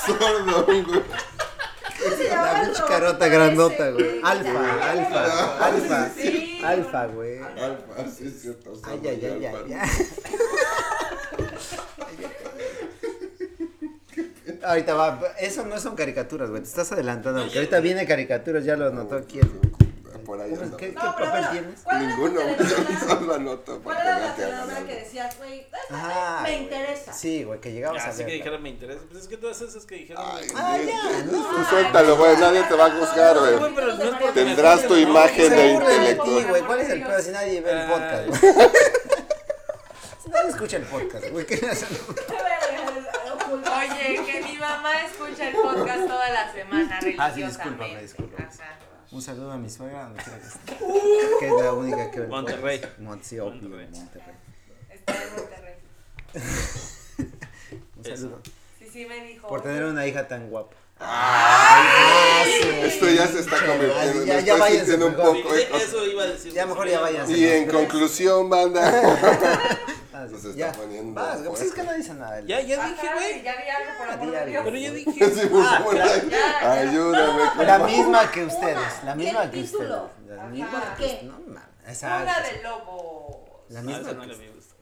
Sordo, güey.
La
el
pinche
robot
carota
ese,
grandota, güey.
güey.
Alfa, alfa, alfa.
Sí.
Alfa, güey.
Alfa, sí es cierto. sordo
Ay, ay,
y
ay,
alfa.
ay, ay. Ahorita va, eso no son caricaturas, güey, te estás adelantando, porque ahorita viene caricaturas, ya lo notó aquí el...
Por ahí
¿Cómo es?
andaba.
¿Qué, qué
No, pero
papel
bueno,
tienes?
¿cuál era tu
Ninguno, güey.
telenovela?
Solo anota
¿Cuál
para
era la
pegarte a la
telenovela que
nalga.
decías, güey?
Ajá,
Me
Ah, güey.
interesa.
Sí, güey, que llegabas a
Así
ver.
Ah, que dijeron, me interesa. Pues es que todas esas que dijeron.
Ay,
güey.
Ah,
güey,
ya,
tú- tú Suéltalo, güey. Nadie te va a juzgar,
Güey,
güey.
pero no es porque me
Tendrás tu
acuerdo, ¿no?
imagen de
Se burlan de ti,
intelectual.
güey, ¿cuál es el pedo si nadie ve el
Ah.
podcast, güey? Si nadie escucha el podcast, güey, ¿qué le hacen?
Oye, que mi mamá escucha el podcast toda la semana
Ah, sí, discúlpame,
religiosamente.
discúlpame.
Ajá.
Un saludo a mi suegra, donde quiera que esté.
Uh.
que es la única que ve el
Monterrey.
podcast. Mon- sí, obvio,
Monterrey.
Monterrey.
Está en Monterrey.
Un
Eso.
saludo.
Sí, sí me dijo.
Por tener una hija tan guapa.
Esto ya se está convirtiendo,
Ya-
me
ya
estoy
váyanse,
sintiendo un
mejor.
poco.
Sí, Eso iba a decir.
Ya mejor ya váyanse.
Y en conclusión, banda.
Ah, sí,
Pues se está
ya.
poniendo
Vas, pues es
fuerte.
que no dice nada. él.
Ya, ya
Ajá,
dije, güey.
Ya vi algo por amor
Ya,
de
di algo.
Dios.
Pero yo
Sí,
dije.
por favor, ay-
ya, ya.
Ayúdame. compa.
La misma que ustedes, la
¿qué
misma que ustedes.
título?
La
Ajá.
misma que
¿Qué?
ustedes. No mames.
Una
Exacto.
de lobos.
La
Ah, esa
misma
no
que
la
ustedes.
vi, gusta.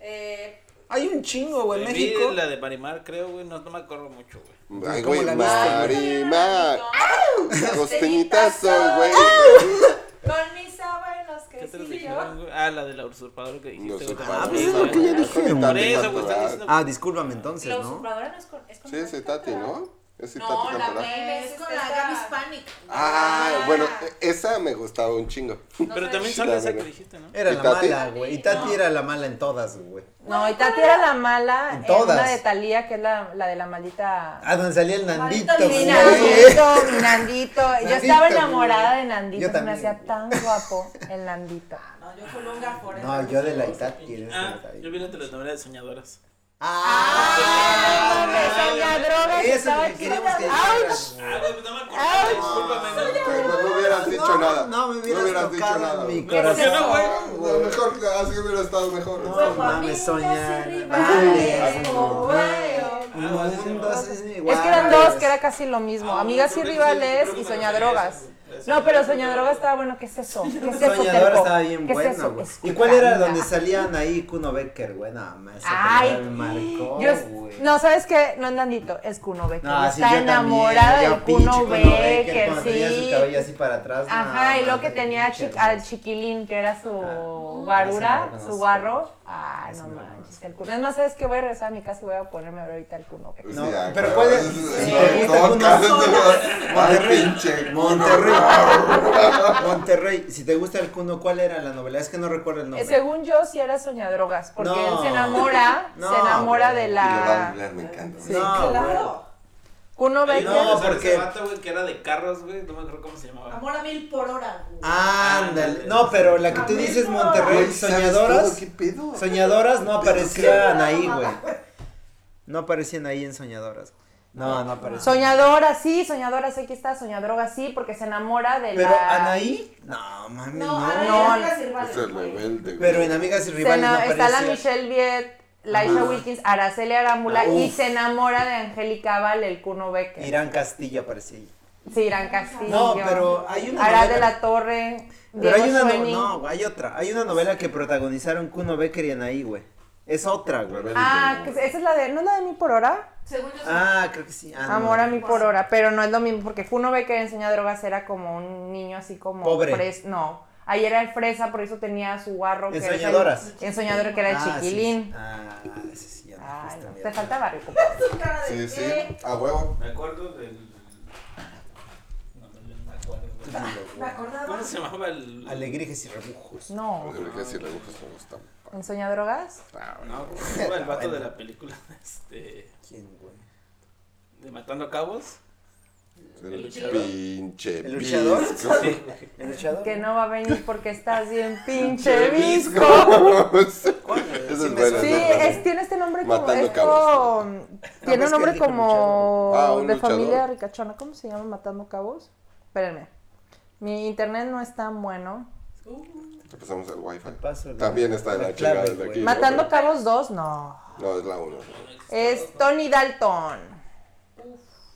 Eh,
Hay un chingo, güey, en
Me vi
México.
la de Parimar, creo, güey. No, no me acuerdo mucho, güey.
Ay,
¿Cómo
güey,
la viste?
Marima. Costeñita soy, güey.
Con mis abuelos que
¿Qué te lo
sí
dijeron,
yo.
güey? Ah, la de la usurpadora que dijiste,
No
güey.
sé
también.
Ah, pues es lo que ya dije.
Con mi
Por
tati
eso, güey, están
natural.
diciendo.
Ah, discúlpame entonces,
La
¿no?
usurpadora no es con. Es con
Sí, sí, Tati, ¿no? Es sí,
No,
Tati
la
Cantoral.
meme es con la Gaby Hispanic.
Ah, bueno, esa me gustaba un chingo.
Pero también
Claro,
sale esa que
güey.
dijiste, ¿no?
Era
¿Y
la Eh,
Tati?
mala, güey. Y Tati era la mala en todas, güey.
No, y Tati era la mala
En
en,
todas.
una de Talía, que es la, la de la maldita.
Ah, donde salía el Nandito,
Maldito
güey.
Nandito, mi Nandito. Yo
Nandito,
estaba enamorada
güey.
de Nandito,
Yo
se me
también,
hacía
güey.
tan guapo el Nandito.
No, yo colunga por
No, yo de la Itati eres
Ah,
de la
yo vi la telenovela de Soñadoras.
Ah,
Me salía droga, que
eso es lo
estaba
que queríamos que
chida.
dijeras, güey.
¡Ay!
Ah, güey, pues no me acordaba, discúlpame.
Pero no hubieras dicho
No,
nada.
no me hubieras tocado mi
güey.
corazón.
No, no, güey.
Ah, A lo mejor así hubiera estado mejor. Pues
No mames, soñar.
rivales, como
Mundos es
Es que eran dos, que era casi lo mismo.
Ah,
Amigas y rivales y soñadrogas. No, pero soñadrogas estaba bueno. ¿Qué es eso? ¿Qué es eso,
Soñadora
Telco?
estaba bien
¿Qué es
buena,
eso?
güey. ¿Y
Escucha,
cuál era
mira.
donde salían ahí Kuno Becker, güey? No, mames, esa
Ay,
película me marcó,
Yo,
güey.
no, ¿sabes qué? No es Nandito, es Kuno Becker.
No, sí, yo
Está
también,
enamorada
yo
del
pinche
Kuno Becker,
cuando tenía su
sí.
cabello así para atrás. no,
Ajá, y lo
madre,
que tenía
pinche
chi-
hermoso.
al chiquilín, que era su
Ah,
guarura,
ese no lo
su
conozco.
guarro. Ah,
Ese
no
no lo
manches, el Kuno. Es más, ¿sabes qué? Voy a regresar a mi casa y voy a ponerme a ver ahorita el Kuno Becker.
No,
Sí, ah, claro,
pero ¿cuál es?
eso
Sí,
el
me gusta
podcast,
Kuno.
¿no? Ay, pinche
Monterrey. Monterrey, si te gusta el Kuno, ¿cuál era la novela? Es que no recuerdo el
Eh,
nombre.
según yo, sí era soñadrogas, porque
No.
él se enamora,
No,
se enamora
güey.
Y
de
lo va a
la...
hablar, me encanta.
Sí, no,
Claro.
Kuno
Ahí
Becker.
No,
no,
porque-
porque. Ese vato, güey, que era de carros, güey. No me acuerdo cómo se llamaba.
Amor a mil por hora.
Ah,
güey.
Ándale. No, pero la que tú dices Monterrey
Güey, ¿sabes todo?
soñadoras.
¿Qué pedo?
Soñadoras no aparecían ahí, güey. No aparecían ahí en soñadoras. No, no aparecían.
Soñadora, sí, soñadora, sí, aquí está, soñadroga, sí, porque se enamora de
Pero
la...
Anaí, no mami,
No,
no.
no,
Es el rebelde, güey.
Pero en Amigas y
Se
Rivales no
ena- está la
aparecía.
Michelle Viet, Laisha Wilkins, Araceli Arámbula y
Uf.
se enamora de Angélica Val, el Cuno Becker.
Irán Castillo aparecía ahí.
Sí, Irán Castillo.
No, pero hay una
Arad
novela-
de la Torre.
Pero hay una no,
Schoening.
no, güey, hay otra. Hay una novela que protagonizaron Kuno Becker y Anaí, güey. Es otra, güey.
Ah, que esa es la de. ¿No es la de mi por hora?
Según yo,
Ah, creo que sí. Ah, no.
Amor a mi por hora, pero no es lo mismo, porque Kuno Becker enseña drogas era como un niño así como.
Pobre.
fres- no. Ahí era el fresa, por eso tenía su guarro. que era el-
Ensoñadoras.
Ensoñadora que era el
Ah, sí, sí.
chiquilín.
Ah, ese sí, ya no,
Ay,
esta
no, te
mierda.
faltaba barrio, compadre.
su cara de.
Sí, sí,
eh,
a huevo.
Me acuerdo del. No, no me acuerdo, güey.
Me acordaba.
¿Cómo se llamaba el.?
Alegrías y rebujos.
No.
Yo creo que sí, rebujos me gustan.
¿Ensoña drogas?
No, ¿cómo se llama el vato de la película? Este.
¿Quién, güey?
De Matando Cabos.
El
luchador.
pinche
¿El luchador?
visco.
¿El luchador?
Que no va a venir porque estás bien pinche visco.
Eso
Eh, Sí,
es
me-
bueno.
Sí, es, tiene este nombre como.
Matando
es
cabos. Ah, pues
como-
No,
tiene
es
un
que
nombre
dijo
como.
luchador. Ah, un
de
luchador.
familia ricachona. ¿Cómo se llama Matando Cabos? Espérenme. Mi internet no es tan bueno.
Empezamos el wifi.
Paso la-
También está en
la
la chingada
clave,
de
güey.
aquí. ¿no?
Matando Cabos 2, no.
No, es la 1.
Es Tony Dalton.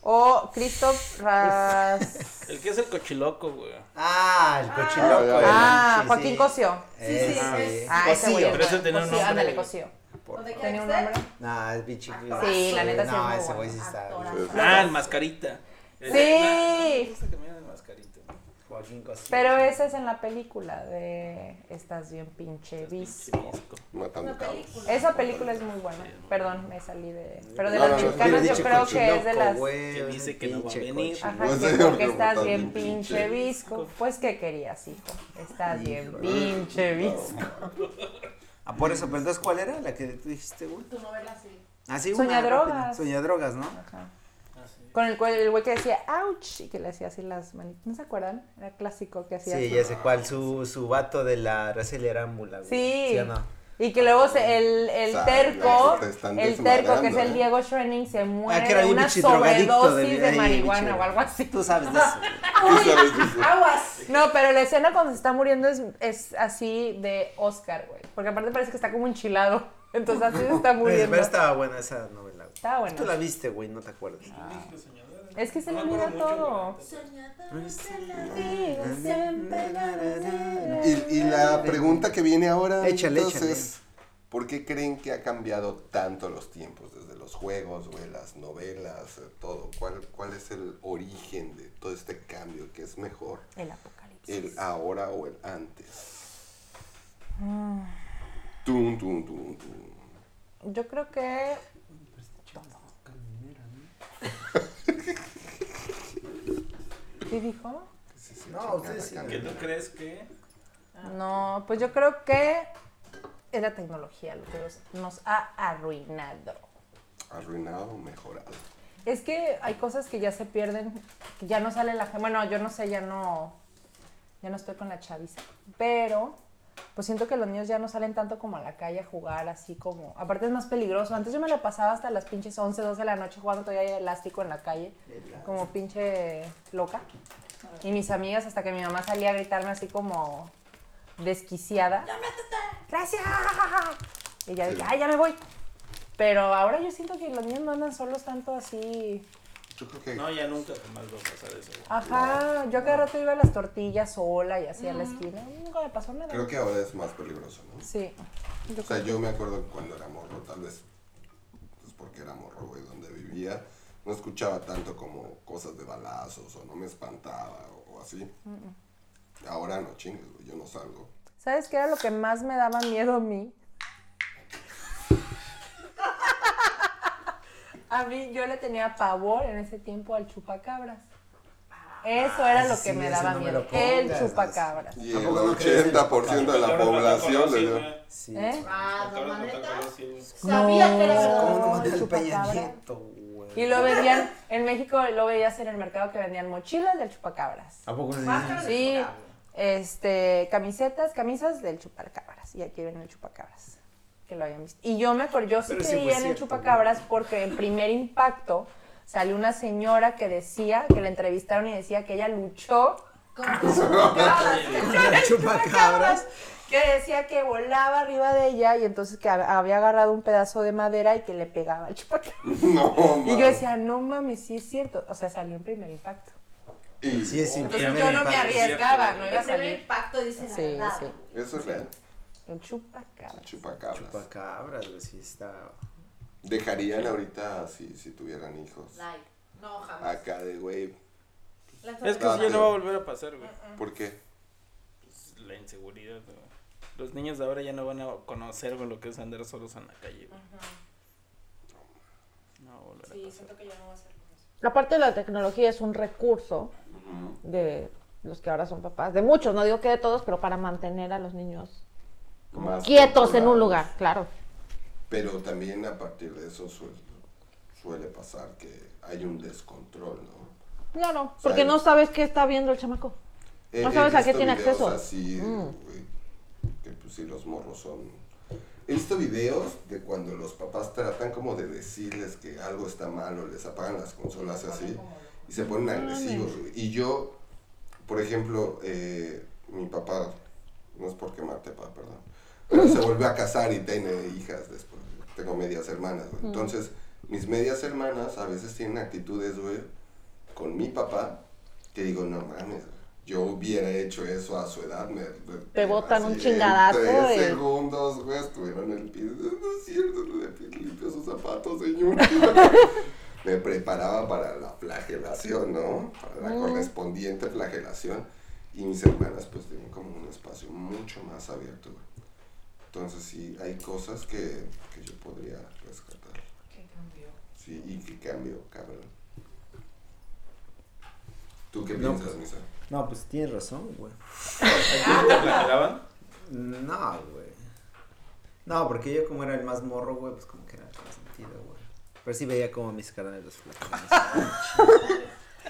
O Christoph Ras.
El que es el cochiloco, güey.
Ah, el
Ah,
cochiloco.
ya, ya.
Ah,
Sí,
Joaquín
sí.
Cosío.
Ese,
sí, es-
Ah, ese güey. es
Pero ese
bueno.
tenía un
Cosío,
nombre.
Ándale, Cosío.
¿Dónde quiera que
Tenía un
esté?
nombre.
Nah, es bicho.
Sí, la neta sí
No,
es muy
ese güey
bueno.
sí está.
Actorazo.
Ah, el mascarita.
Sí.
Me gusta que me llamen mascarita.
Joaquín Cosío.
Pero esa es en la película de Estás bien pinche visco.
Chiquisco.
Matando
Una
cabos.
película.
Esa película es muy buena. Perdón, me salí de. Pero de
No, no,
las
no,
mexicanas
hubiera
yo
dicho
creo que es de las.
Que dice que no va a venir.
Ajá,
No
que
sé,
porque
pero
estás
estás bien
bien pinche
pinche
visco. Pues que querías, hijo. Estás bien
Híjole.
pinche visco.
Ah, por eso, pero entonces, ¿cuál era la que tú dijiste, güey?
Ah,
Tu novela sí.
Así,
Soñadrogas.
Soñadrogas, ¿no?
Ajá. Con el cual el güey que decía, ouch, y que le hacía así las manitas. ¿No se acuerdan? Era clásico que hacía
Sí,
así.
ya sé cuál, su, su vato de la Racelerámbula, güey.
Sí.
o no? Ah,
Y que luego se- el, el
Exacto,
terco,
te están
el terco que es
desmadrando,
el
¿eh?
Diego Schwenning, se muere
Ah, que era
de
bien
una
pinche drogadicto
sobredosis
de-
de,
ay,
marihuana
pinche-
o algo así.
Tú sabes de eso.
Aguas.
No, pero la escena cuando se está muriendo es, es así de Oscar, güey. Porque aparte parece que está como enchilado. Entonces así se
Güey,
está
de
muriendo.
verdad estaba buena esa novela. güey.
Estaba buena.
Tú la viste, güey, no te acuerdas. Ah,
Es que se me olvida todo.
Y, y la pregunta que viene ahora,
Échale,
entonces, ¿por qué creen que ha cambiado tanto los tiempos? Desde los juegos, güey, las novelas, eh, todo. ¿Cuál, ¿Cuál es el origen de todo este cambio? ¿Qué es mejor?
El apocalipsis.
¿El ahora o el antes?
Ah.
Tum, tum, tum, tum.
Yo creo que. ¿Qué dijo?
No, ustedes sí.
¿Qué tú crees que?
No, pues yo creo que es la tecnología lo que nos, nos ha arruinado.
Arruinado o mejorado.
Es que hay cosas que ya se pierden, que ya no sale la gente. Bueno, yo no sé, ya no, ya no estoy con la chaviza, pero pues siento que los niños ya no salen tanto como a la calle a jugar, así como. Aparte es más peligroso. Antes yo me la pasaba hasta las pinches 11, 12 de la noche jugando todavía elástico en la calle, como pinche loca. Y mis amigas, hasta que mi mamá salía a gritarme así como desquiciada. ¡Gracias! Y ya dije, ¡ay, ya me voy! Pero ahora yo siento que los niños no andan solos tanto así.
Yo creo que...
No, ya nunca jamás va a pasar eso. güey.
Ajá, yo cada rato iba a las tortillas sola y así a
Mm.
la esquina. Nunca me pasó nada.
Creo que ahora es más peligroso, ¿no?
Sí.
O sea, yo me acuerdo cuando era morro, tal vez, pues porque era morro, güey, donde vivía, no escuchaba tanto como cosas de balazos o no me espantaba o, o así. Ahora no chingues, güey, yo no salgo.
¿Sabes qué era lo que más me daba miedo a mí? A mí, yo le tenía pavor en ese tiempo al chupacabras. Eso era lo que
sí,
me
ese
daba
no me
miedo.
lo
el
pongas.
chupacabras.
Y el
poco no crees en
80% de la
Ahora,
población le
sí,
dio.
güey.
Sí.
¿Eh?
Ah, no,
Ahora no te
maneta.
acuerdas, sí, güey.
Sabía que era
¿Cómo
verdad.
no mandé
el
el Peña
chupacabra.
Nieto, güey?
Y lo vendían, en México lo veías en el mercado que vendían mochilas del chupacabras.
¿A poco se dice?
Sí, este, camisetas, camisas del chupacabras. Y aquí viene el chupacabras, que lo habían visto. Y yo me acuerdo, yo sí
Pero sí fue
creía en el
cierto,
chupacabras porque en primer impacto salió una señora que decía, que la entrevistaron y decía que ella luchó
¿Con chupacabras?
que decía que volaba arriba de ella y entonces que hab- había agarrado un pedazo de madera y que le pegaba al chupacabras.
No,
Y
mames.
yo decía, no mames, sí es cierto. O sea, salió en primer impacto.
Y
Sí, es sin
Entonces
primer
yo no me
impacto.
arriesgaba, no iba a
El primer
Ah, salir.
impacto dice la
Sí,
verdad.
sí.
Eso es real.
El chupacabras.
Chupacabras.
Chupacabras, güey, sí está...
Dejarían ahorita si, si tuvieran hijos.
Like. No, jamás.
Acá de güey.
Es que
Ah,
eso ya
sí.
no va a volver a pasar, güey.
¿Por qué?
Pues, La inseguridad, güey. Los niños de ahora ya no van a conocer, güey, lo que es andar solos en la calle, güey. No va a volver a pasar.
La parte de la tecnología es un recurso de los que ahora son papás, de muchos, no digo que de todos, pero para mantener a los niños
Más
quietos en
controlados.
un lugar, claro.
Pero también a partir de eso suel- suele pasar que hay un descontrol, ¿no?
Claro,
sea,
porque
el-
no sabes qué está viendo el chamaco.
He-
No
he
sabes a
visto
qué tiene
videos
acceso. Mm.
Así, güey, que pues sí, los morros son... He visto videos de cuando los papás tratan como de decirles que algo está mal o les apagan las consolas así y se ponen agresivos, güey. Y yo, por ejemplo, eh, mi papá, no es por quemarte, papá, perdón, pero se volvió a casar y tiene hijas después. güey. Tengo medias hermanas,
Mm.
güey. Entonces, mis medias hermanas a veces tienen actitudes, güey, con mi papá, que digo, no mames, yo hubiera hecho eso a su edad. Me, me-
Te botan un
así,
chingadazo,
En tres
güey.
segundos, güey, estuvieron en el piso. No es cierto, le pi- limpio sus zapatos, señor. me preparaba para la flagelación, ¿no? Para la correspondiente flagelación. Y mis hermanas, pues, tienen como un espacio mucho más abierto, güey. Entonces, sí, hay cosas que, que yo podría rescatar. ¿Qué cambió? Sí, y qué cambió, cabrón. ¿Tú qué
No,
piensas, Misa?
No, pues tienes razón, güey.
¿Te flagelaban?
No, güey. No, porque yo como era el más morro, güey, pues como que era el consentido, güey.
Pero sí veía como mis caramelos flacaban.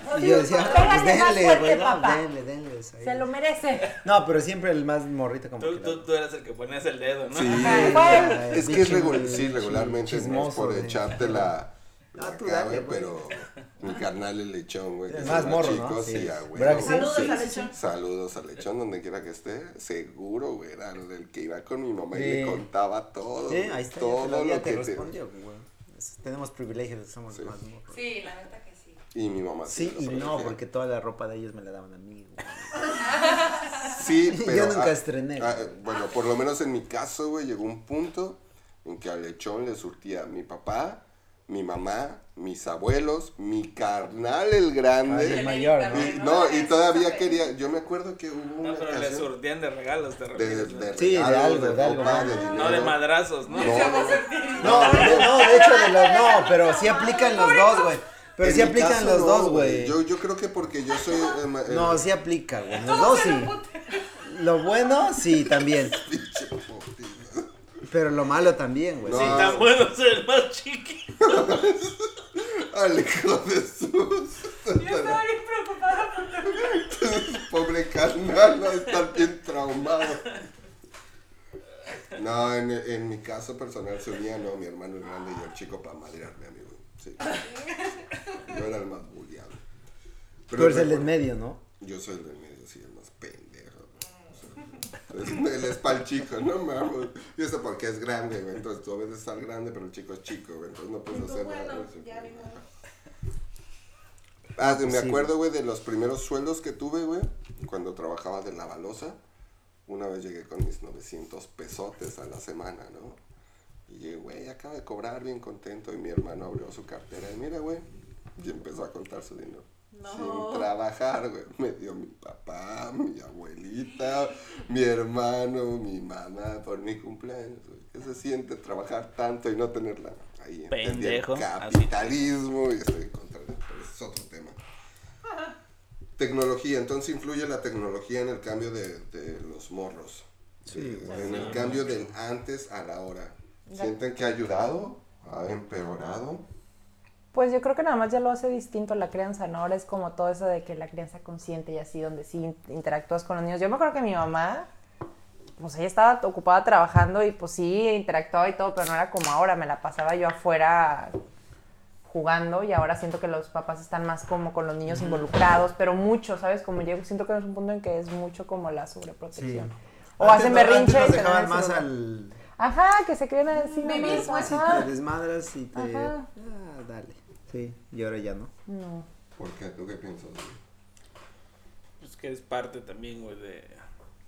No,
y yo
sí,
decía,
pégate
pues
más
denle,
fuerte,
güey, no,
papá.
denle, denle. o sea,
Se lo merece.
No, pero siempre el más morrito como
Tú,
que
tú, tú eras el que ponías el dedo, ¿no?
Sí.
eh,
Fue-
Ay,
Es que es
pinche
regular, sí,
chismoso,
regularmente no es por
güey.
echarte la, la
Ah, tú
cara,
dale,
güey,
güey.
pero mi carnal el lechón, güey. que
Es
son
más morro, ¿no?
chicos,
Sí.
sí, a huevo,
¿Verdad que sí?
güey,
Saludos
sí.
al lechón.
Saludos al lechón, donde quiera que esté. Seguro, güey, era el que iba con mi mamá y le
Sí.
contaba todo.
Sí,
güey,
ahí está,
todo
ya te, lo,
lo
ya te
que te-
respondió, güey. Es- Tenemos privilegios, somos
Sí.
más morros.
Sí, la neta que sí.
Y mi mamá
Sí
lo
y no,
sabía.
porque toda la ropa de ellos me la daban a mí, güey.
Sí,
Yo
pero. ah,
nunca estrené, güey.
bueno, por lo menos en mi caso, güey, llegó un punto en que al lechón le surtía mi papá, mi mamá, mis abuelos, mi carnal el
Ah,
grande.
el mayor, ¿no?
Y, no, y todavía quería. Yo me acuerdo que hubo una.
No, pero le
ocasión
surtían de regalos, te
de,
refieres,
de,
¿no?
Sí, de
regalos,
algo, de algo,
ropa,
¿no?
de dinero.
No de madrazos, ¿no?
No, no, no.
No, no, no, de hecho, de los, no, pero sí aplican los dos, güey. Pero
En
sí
mi
aplican
caso,
los
no,
dos, güey.
Yo, yo creo que porque yo soy. eh, ma- eh,
No, sí aplica, güey. Los dos sí. Lo bueno, sí, también.
pinche putín.
Pero lo malo también, güey.
No.
Sin tan bueno ser el más chiqui.
Alejo de sus.
Yo estaba bien preocupada por tu
Pobre carnal, va a estar bien traumado. No, en, en mi caso personal se unía, no, mi hermano el grande y yo el chico para madrearme, amigo. Sí. Yo era el más bulleado.
Tú eres el del medio, ¿no?
Yo soy el del medio, sí, el más pendejo. güey. O sea, Él es para el chico, no mames. Y eso porque es grande, güey. Entonces tú a veces estás grande, pero el chico es chico, güey. Entonces no puedes hacer nada.
bueno,
güey.
ya ni modo.
Ah, sí, me
Sí.
acuerdo, güey, de los primeros sueldos que tuve, güey, cuando trabajaba de la balosa. Una vez llegué con mis 900 pesotes a la semana, ¿no? Y llegué, güey, acaba de cobrar bien contento. Y mi hermano abrió su cartera y mira, güey, y empezó a contar su dinero. Sin trabajar, güey. Me dio mi papá, mi abuelita, mi hermano, mi mamá por mi cumpleaños, güey. ¿Qué se siente trabajar tanto y no tenerla? Ahí entendí el
Pendejo, así.
capitalismo y estoy en contra de pero ese es otro tema. Tecnología, entonces influye la tecnología en el cambio de, de los morros. Sí, En el cambio del antes a la hora. ¿Sienten que ha ayudado? ¿Ha empeorado?
Pues yo creo que nada más ya lo hace distinto la crianza, ¿no? Ahora es como todo eso de que la crianza consciente y así, donde sí in- interactúas con los niños. Yo me acuerdo que mi mamá, pues ella estaba ocupada trabajando y pues sí interactuaba y todo, pero no era como ahora, me la pasaba yo afuera jugando y ahora siento que los papás están más como con los niños involucrados, pero mucho, ¿sabes? Como yo siento que es un punto en que es mucho como la sobreprotección. O
Antes
hacen
no- antes
berrinche.
nos
y se van
dejaban
al
más
celular.
al.
Ajá, que se creen así. ¿no?
Pues sí,
Ajá.
te desmadras y te.
Ajá.
Ah, dale. Sí, y ahora ya no.
No.
¿Por qué? ¿Tú qué piensas? güey?
Pues que es parte también, güey, de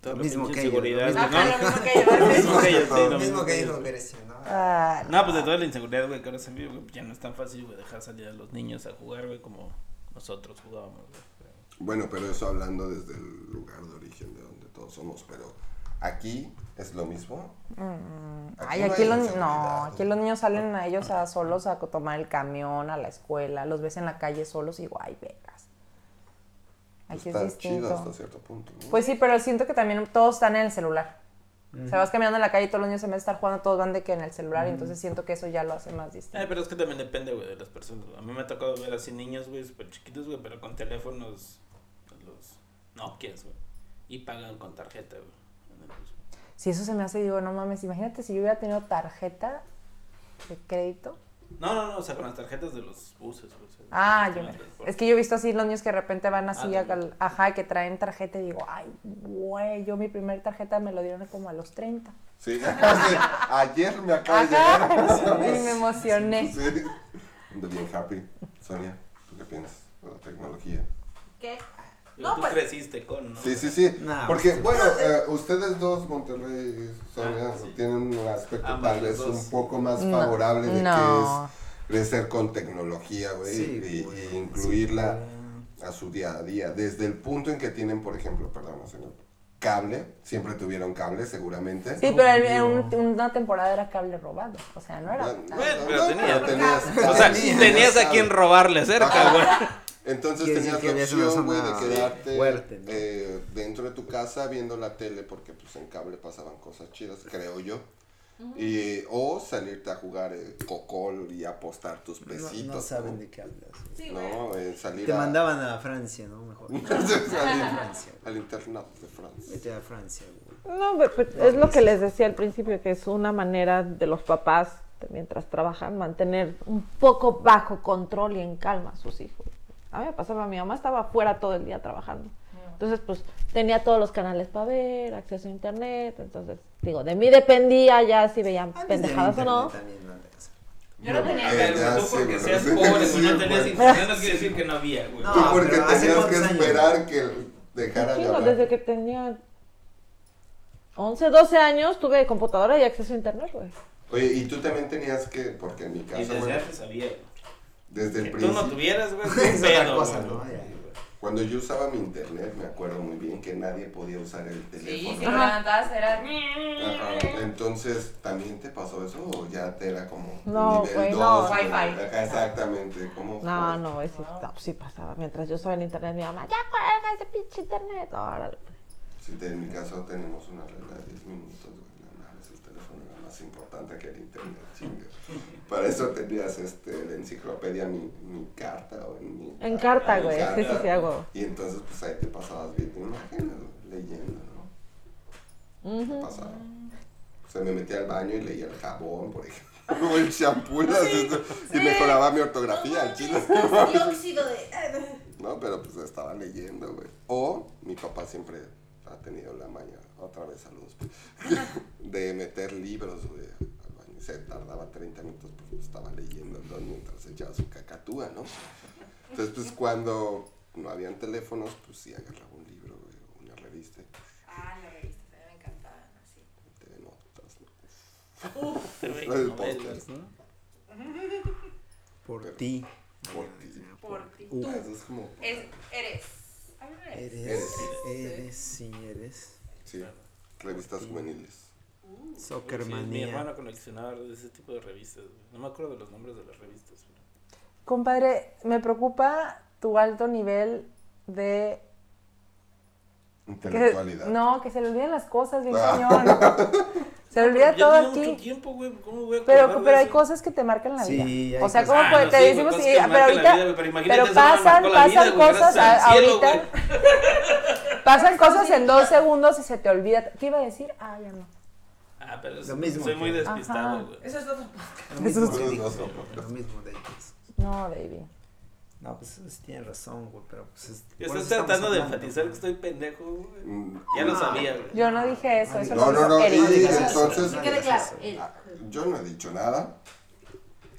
toda
Lo
la
mismo
pinche
que ellos,
inseguridad.
lo mismo
¿no?
que-
Lo mismo que ellos, sí, lo
Lo mismo que
ellos.
dijo Grecia, ¿no?
Ah,
No, pues de toda la inseguridad, güey, que ahora se vive, güey, pues ya no es tan fácil, güey, dejar salir a los niños a jugar, güey, como nosotros jugábamos, güey.
Bueno, pero eso hablando desde el lugar de origen de donde todos somos, pero aquí es lo mismo.
Mm, Ay,
no
aquí
hay
los, no,
inseguridad.
aquí los niños salen a ellos a solos a co- tomar el camión, a la escuela, los ves en la calle solos y guay, vegas. Aquí
Está
es
chido hasta
distinto.
cierto punto. ¿no?
Pues sí, pero siento que también todos están en el celular. O sea, vas caminando en la calle y todos los niños se vez de estar jugando, todos van de que en el celular, y entonces siento que eso ya lo hace más
Ay,
distinto.
Eh, pero es que también depende, güey, de las personas. güey. A mí me ha tocado ver así niños, güey, súper chiquitos, güey, pero con teléfonos, pues, los Nokias, güey. Y pagan con tarjeta, güey. Entonces,
Si eso se me hace, digo, no mames, imagínate si yo hubiera tenido tarjeta de crédito.
No, no, no, o sea, con las tarjetas de los buses, güey. o sea,
Ah,
de
yo
los
me-
transportes.
Es que yo he visto así los niños que de repente van así,
Ah,
a- al- ajá, y que traen tarjeta y digo, ay, güey, yo mi primer tarjeta me lo dieron como a los 30.
Sí, acabas de- ayer me acaba de llegar.
Ajá, y me emocioné.
Sí. Ando bien happy. Sonia, ¿tú qué piensas de la tecnología?
¿Qué?
Digo,
No,
tú
pues-
creciste con, ¿no?
Sí, sí, sí.
Nah,
Porque,
pues,
bueno, eh, ustedes dos, Monterrey y Sonia,
Ah, sí.
tienen un aspecto
Ambos
tal vez
los dos.
un poco más
No,
favorable de
no.
que es crecer con tecnología, güey,
Sí,
y- y,
güey,
incluirla a su día a día. Desde el punto en que tienen, por ejemplo, perdón, señor, cable, siempre tuvieron cable, seguramente.
Sí, pero en- en un- una temporada era cable robado. O sea, no era.
Bueno,
Bueno,
no,
pero
no,
tenía-
pero tenías,
O sea,
tenías
tenías a quien
cable.
robarle cerca, güey.
Entonces
Quiere
tenías
decir
la
que había una
opción, güey, de
zona
quedarte
fuerte, ¿no?
eh, dentro de tu casa viendo la tele, porque pues en cable pasaban cosas chidas, creo yo. Y- o salirte a jugar eh, cocol y apostar tus
No,
pesitos.
no saben de qué hablas.
Sí, güey.
No, eh, salir
Te
a-
mandaban a Francia, ¿no? Mejor.
al,
Francia.
al internado de Francia.
Vete a Francia, güey.
No, pero, pues, es lo que les decía al principio, que es una manera de los papás, mientras trabajan, mantener un poco bajo control y en calma a sus hijos. A mí me pasaba, mi mamá estaba afuera todo el día trabajando. Entonces, pues tenía todos los canales para ver, acceso a internet. Entonces, digo, de mí dependía ya si veían
Antes de
pendejadas o no.
internet también, no le hagas.
Yo no tenía
A ver,
Eh, ya
tú
sé,
porque
güey.
seas
Sí,
pobre, si no
güey.
tenías internet, no quiere decir que no había, güey.
No.
Tú porque
pero ¿hace
tenías que
cuántos años?
esperar que dejara de
Chingo,
hablar.
desde que tenía 11, 12 años tuve computadora y acceso a internet, güey.
Oye, y tú también tenías que, porque en mi
Y
casa,
desde
bueno,
antes había, güey.
desde el
Que tú no
principio,
tuvieras, güey,
Es
es
otra
pedo,
cosa,
güey.
¿no? Ya.
cuando yo usaba mi internet, me acuerdo muy bien que nadie podía usar el teléfono.
Sí, si lo levantabas era.
Ajá, Entonces, ¿también te pasó eso o ya te era como
No,
nivel
güey, no.
dos, güey?
Wi-Fi.
Ajá, exactamente, ¿cómo fue?
No, no, es, no, pues sí pasaba. Mientras yo estaba en internet, mi mamá, ya cuelga ese pinche internet. Órale.
Si te- en mi caso tenemos una regla de 10 minutos, güey, no mames, el teléfono era más importante que el internet, chinga. Para eso tenías este, la enciclopedia, mi, mi carta o en mi...
En carta,
en
güey. Sí, sí, sí,
carta.
hago.
Y entonces, pues ahí te pasabas viendo imágenes, güey, leyendo, ¿no? Te pasaba. O sea, me metía al baño y leía el jabón, por ejemplo, o el shampoo, las- y mejoraba mi ortografía, al chile.
Dióxido de.
No, pero pues estaba leyendo, güey. O mi papá siempre ha tenido la maña, otra vez saludos, pues, de meter libros, güey, al baño. Se tardaba 30 minutos porque estaba leyendo ¿no? mientras echaba su cacatúa, ¿no? Entonces, pues cuando no habían teléfonos, pues sí agarraba un libro, güey, o una revista,
Ah, las revistas, a mí me encantaban así.
te notas, ¿no?
Te ve,
El
no ves,
podcast,
güey.
Por ti.
Por ti.
Por ti.
Uh,
Tú
Ah, Eso es como...
es, eres. A mí no eres.
Eres, eres, sí, eres.
Sí, revistas juveniles.
Sí, mi hermano
Soccermanía.
coleccionaba de ese tipo de revistas, güey. No me acuerdo de los nombres de las revistas, güey.
Compadre, me preocupa tu alto nivel de. que-
Intelectualidad.
no, que se le olviden las cosas, bien
Ah.
cañón. Se le olvida
Ya
todo
tenía mucho
aquí.
tiempo, güey. ¿Cómo voy a acordar
Pero,
de
pero hay
eso?
cosas que te marcan la
Sí,
vida.
hay
O sea,
cosas.
¿cómo
Ah,
puede-
no,
te
sí, güey,
decimos,
cosas
sí,
que
pero
marcan la
ahorita,
vida, güey, pero imagínate,
pero
eso no me
pasan,
marcó la vida,
pasan
güey,
cosas
gracias
a-
al cielo,
ahorita, pasan cosas en dos segundos y se te olvida. ¿Qué iba a decir? Ah, ya no.
Ah, pero
Lo mismo
soy
que-
muy
Ajá.
despistado, güey.
Eso es otro.
Lo mismo,
Eso es
digo,
otro
güey,
podcast.
lo mismo de ellos.
No, baby.
No, pues es- tienen razón, güey, pero pues es.
Yo
por
estoy
eso estamos
tratando de
hablando,
enfatizar que
güey.
estoy pendejo, güey.
Mm,
Ya lo sabía, güey.
Yo no dije eso, eso
No,
lo
no,
dijo
no, y
Keri.
entonces...
Que quede claro. él.
Ah, Yo no he dicho nada.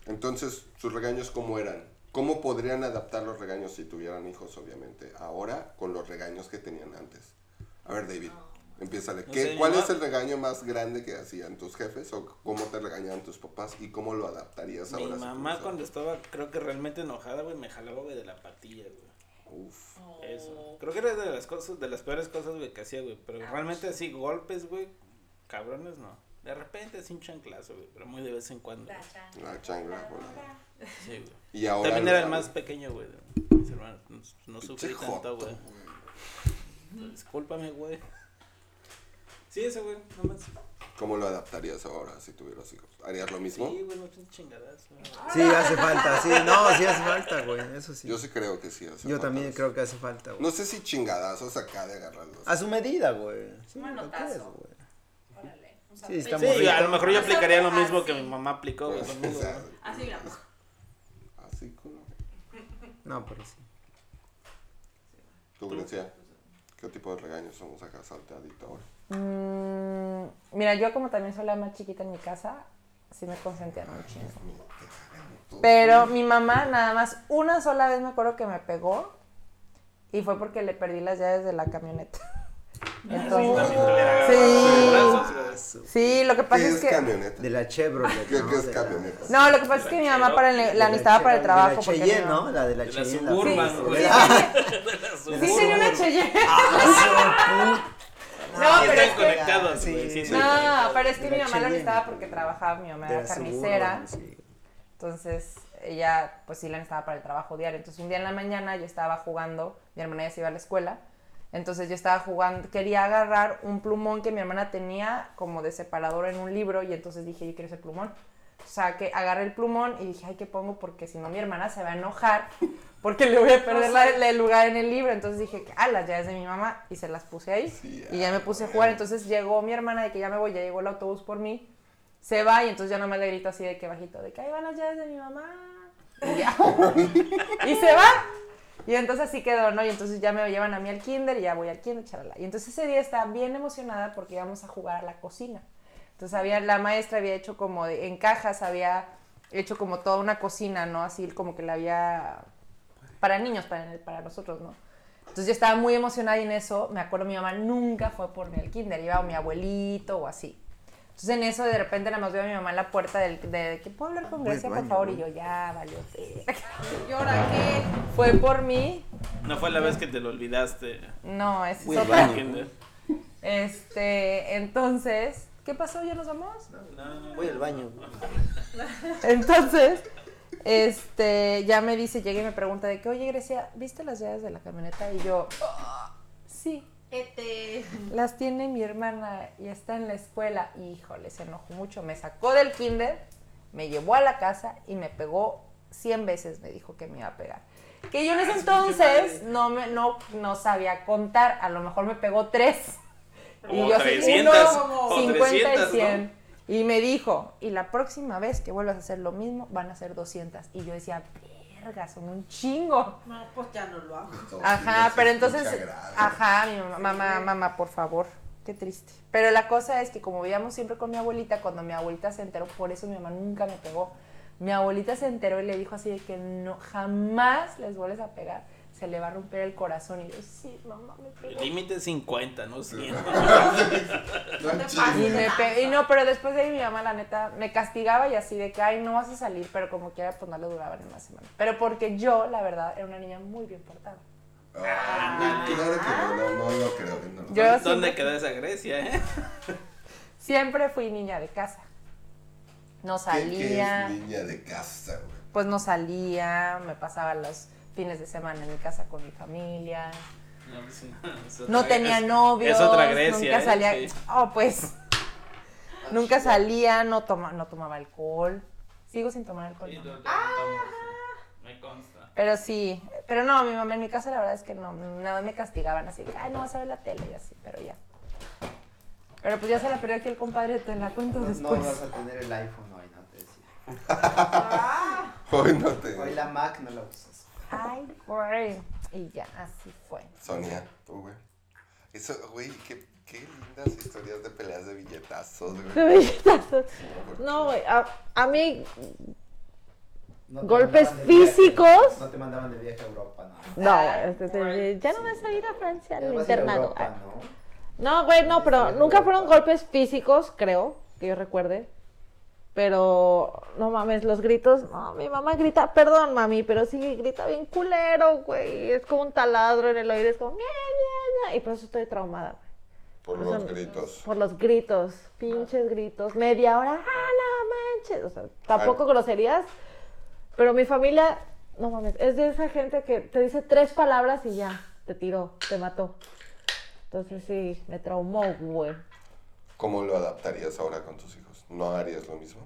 Entonces, ¿sus regaños cómo eran? ¿Cómo podrían adaptar los regaños si tuvieran hijos, obviamente, ahora con los regaños que tenían antes? A ver, David, empiézale.
No
¿Qué-
sé, mi
¿Cuál
mamá-
es el regaño más grande que hacían tus jefes o cómo te regañaban tus papás y cómo lo adaptarías
Mi
ahora? si
mamá
tuvieras-
cuando estaba, creo que realmente enojada, güey, me jalaba, güey, de la patilla, güey.
Uf,
Oh.
Eso. Creo que era de las cosas, de las peores cosas, güey, que hacía, güey. Pero realmente así, golpes, güey, cabrones, no. De repente así un chanclazo, güey, pero muy de vez en cuando. güey.
La chan.
la changla. bola.
Sí, güey.
Y ahora
También era el
regaño.
más pequeño, güey. de mis hermanos. No, no
Pinche
sufrí tanto,
joto,
güey. Discúlpame, güey. Sí, ese, güey, nomás.
¿Cómo lo adaptarías ahora si tuvieras hijos? ¿Harías lo
Sí,
mismo?
güey, no son chingadas, güey.
Sí, hace falta, sí, no, sí hace falta, güey, eso sí.
Yo sí creo que sí. hace
Yo
falta
también
eso.
creo que hace pues. falta, güey.
No sé si chingadazos acá de agarrarlos.
A su medida, güey. Sí,
Un
lo que
manotazo.
es, güey.
Órale. un
Sí, está
Sí,
muy rico.
a lo mejor yo
Ajá,
aplicaría lo mismo
así.
que mi mamá aplicó, güey, conmigo.
O sea,
güey.
Así, mira.
Así como.
No, pero sí.
Tú, Grecia, ¿qué tipo de regaños somos acá salteadito ahora?
Mm, Mira, yo como también soy la más chiquita en mi casa, sí me consentían un chingo. Pero mi mamá nada más una sola vez me acuerdo que me pegó y fue porque le perdí las llaves de la camioneta. Entonces, sí, sí, lo que pasa
¿Qué
es
es
que
camioneta?
De la Chevrolet.
¿Qué,
¿no?
qué es
De la-
camioneta?
no, lo que pasa es que mi mamá para el- la necesitaba para el trabajo.
De la
porque mi
Cheyenne,
mamá-
¿no? La de la Ah,
De la
Cheyenne.
suburban,
la-
güey.
la-
Sí tenía una Cheyenne.
Ah,
No,
Ah, sí
pero es
están
que- Ah.
conectados,
sí.
güey, sí, sí.
No, pero es
De
que
la
mi mamá la
Cheyenne.
necesitaba porque trabajaba, mi mamá
de
era
la
carnicera.
Suburban, sí.
Entonces ella pues sí la necesitaba para el trabajo diario. Entonces un día en la mañana yo estaba jugando, mi hermana ya se iba a la escuela, Entonces yo estaba jugando, quería agarrar un plumón que mi hermana tenía como de separador en un libro y entonces dije, yo quiero ese plumón. O sea, que agarré el plumón y dije, ay, ¿qué pongo? Porque si no mi hermana se va a enojar porque le voy a perder la- la- el lugar en el libro. Entonces dije, ah, las llaves de mi mamá y se las puse ahí y ya me puse a jugar. Entonces llegó mi hermana de que ya me voy, ya llegó el autobús por mí, se va y entonces ya nomás le grito así de que bajito, de que ahí van las llaves de mi mamá. Y ya. y se va. Y entonces así quedó, ¿no? Y entonces ya me llevan a mí al kinder y ya voy al kinder, charala. Y entonces ese día estaba bien emocionada porque íbamos a jugar a la cocina. Entonces había, la maestra había hecho como, de- en cajas había hecho como toda una cocina, ¿no? Así como que la había, para niños, para, para nosotros, ¿no? Entonces yo estaba muy emocionada y en eso, me acuerdo, mi mamá nunca fue por mí al kinder, iba o mi abuelito o así. Entonces en eso de repente nada más veo a mi mamá en la puerta del, de, de que puedo hablar con Grecia, por favor, y yo ya, valió. verga.
¿Y ahora qué?
Fue por mí,
No fue la vez que te lo olvidaste.
no, esa es
Güey,
otra.
baño.
Kinder.
Este, entonces, ¿qué pasó? ¿Ya nos vamos?
No,
Voy al baño.
Entonces, este, ya me dice, llega y me pregunta de que, oye, Grecia, ¿viste las llaves de la camioneta? Y yo, "Ah, sí,
Este.
las tiene mi hermana y está en la escuela. Híjole, se enojó mucho, me sacó del kinder, me llevó a la casa y me pegó 100 veces, me dijo que me iba a pegar. Que yo en ese entonces no, me, no, no sabía contar, a lo mejor me pegó tres.
O
así,
300,
uno,
o
50 y
300,
100. Y me dijo, y la próxima vez que vuelvas a hacer lo mismo, van a ser 200. Y yo decía, verga, son un chingo.
No, pues ya no lo hago.
Ajá, pero entonces,
Ajá.
ajá, mi mamá, mamá, mamá, por favor, qué triste. Pero la cosa es que como vivíamos siempre con mi abuelita, cuando mi abuelita se enteró, por eso mi mamá nunca me pegó. Mi abuelita se enteró y le dijo así de que no, jamás les vuelves a pegar, se le va a romper el corazón. Y yo, sí, mamá, me
El
pegó.
límite es 50, no 100.
Y, me pe- y no, pero después de ahí mi mamá, la neta, me castigaba y así de que, ay, no vas a salir, pero como quiera, pues no le duraba ni una semana. Pero porque yo, la verdad, era una niña muy bien portada.
Claro que no, no, no lo creo. no lo
Yo
creo.
¿Dónde
siempre-
quedó esa Grecia, eh?
Siempre fui niña de casa. No
¿Qué, qué
salía,
es niña de casa, güey?
pues no salía, me pasaba los fines de semana en mi casa con mi familia.
No, pues, no, es otra-
No tenía
es-
novios,
Es otra Grecia.
nunca
¿eh?
salía.
Sí. Ah,
Oh, pues. nunca salía, no toma, no tomaba alcohol. Sigo sin tomar alcohol.
Sí,
mamá.
no, te- no, Me consta.
Pero sí, pero no, mi mamá en mi casa la verdad es que no, nada más me castigaban así, ay, no vas a ver la tele y así, pero ya. Pero pues ya se la perdió aquí el compadre, te la cuento
No, no
después.
vas a tener el iPhone hoy, no te decía.
Hoy no te.
Hoy la Mac no la usas.
Ay, güey. Y ya, así fue.
Sonia, tú, güey. Eso, güey, qué, qué lindas historias de peleas de billetazos,
De
güey.
billetazos. No, güey. A, a mí,
No te
¿Golpes
mandaban de viaje,
físicos?
no te mandaban de viaje a Europa, no.
no. este, te- ya no vas a ir a Francia
Ya
al
vas a ir a
internado.
Europa,
Ah,
¿no?
No, güey, no, pero
Estaba en
nunca
Europa.
fueron golpes físicos, creo, que yo recuerde. Pero, no mames, los gritos. No, mi mamá grita, perdón, mami, pero sí grita bien culero, güey. Es como un taladro en el oído, es como, "Mia, mia, mia", Y por eso estoy traumada, güey.
Por
O sea,
los gritos.
Por los gritos, pinches gritos. Media hora, ¡ah, no manches! O sea, tampoco groserías, pero mi familia, no mames, es de esa gente que te dice tres palabras y ya, te tiró, te mató. Entonces sí, me traumó, güey.
¿Cómo lo adaptarías ahora con tus hijos? ¿No harías lo mismo?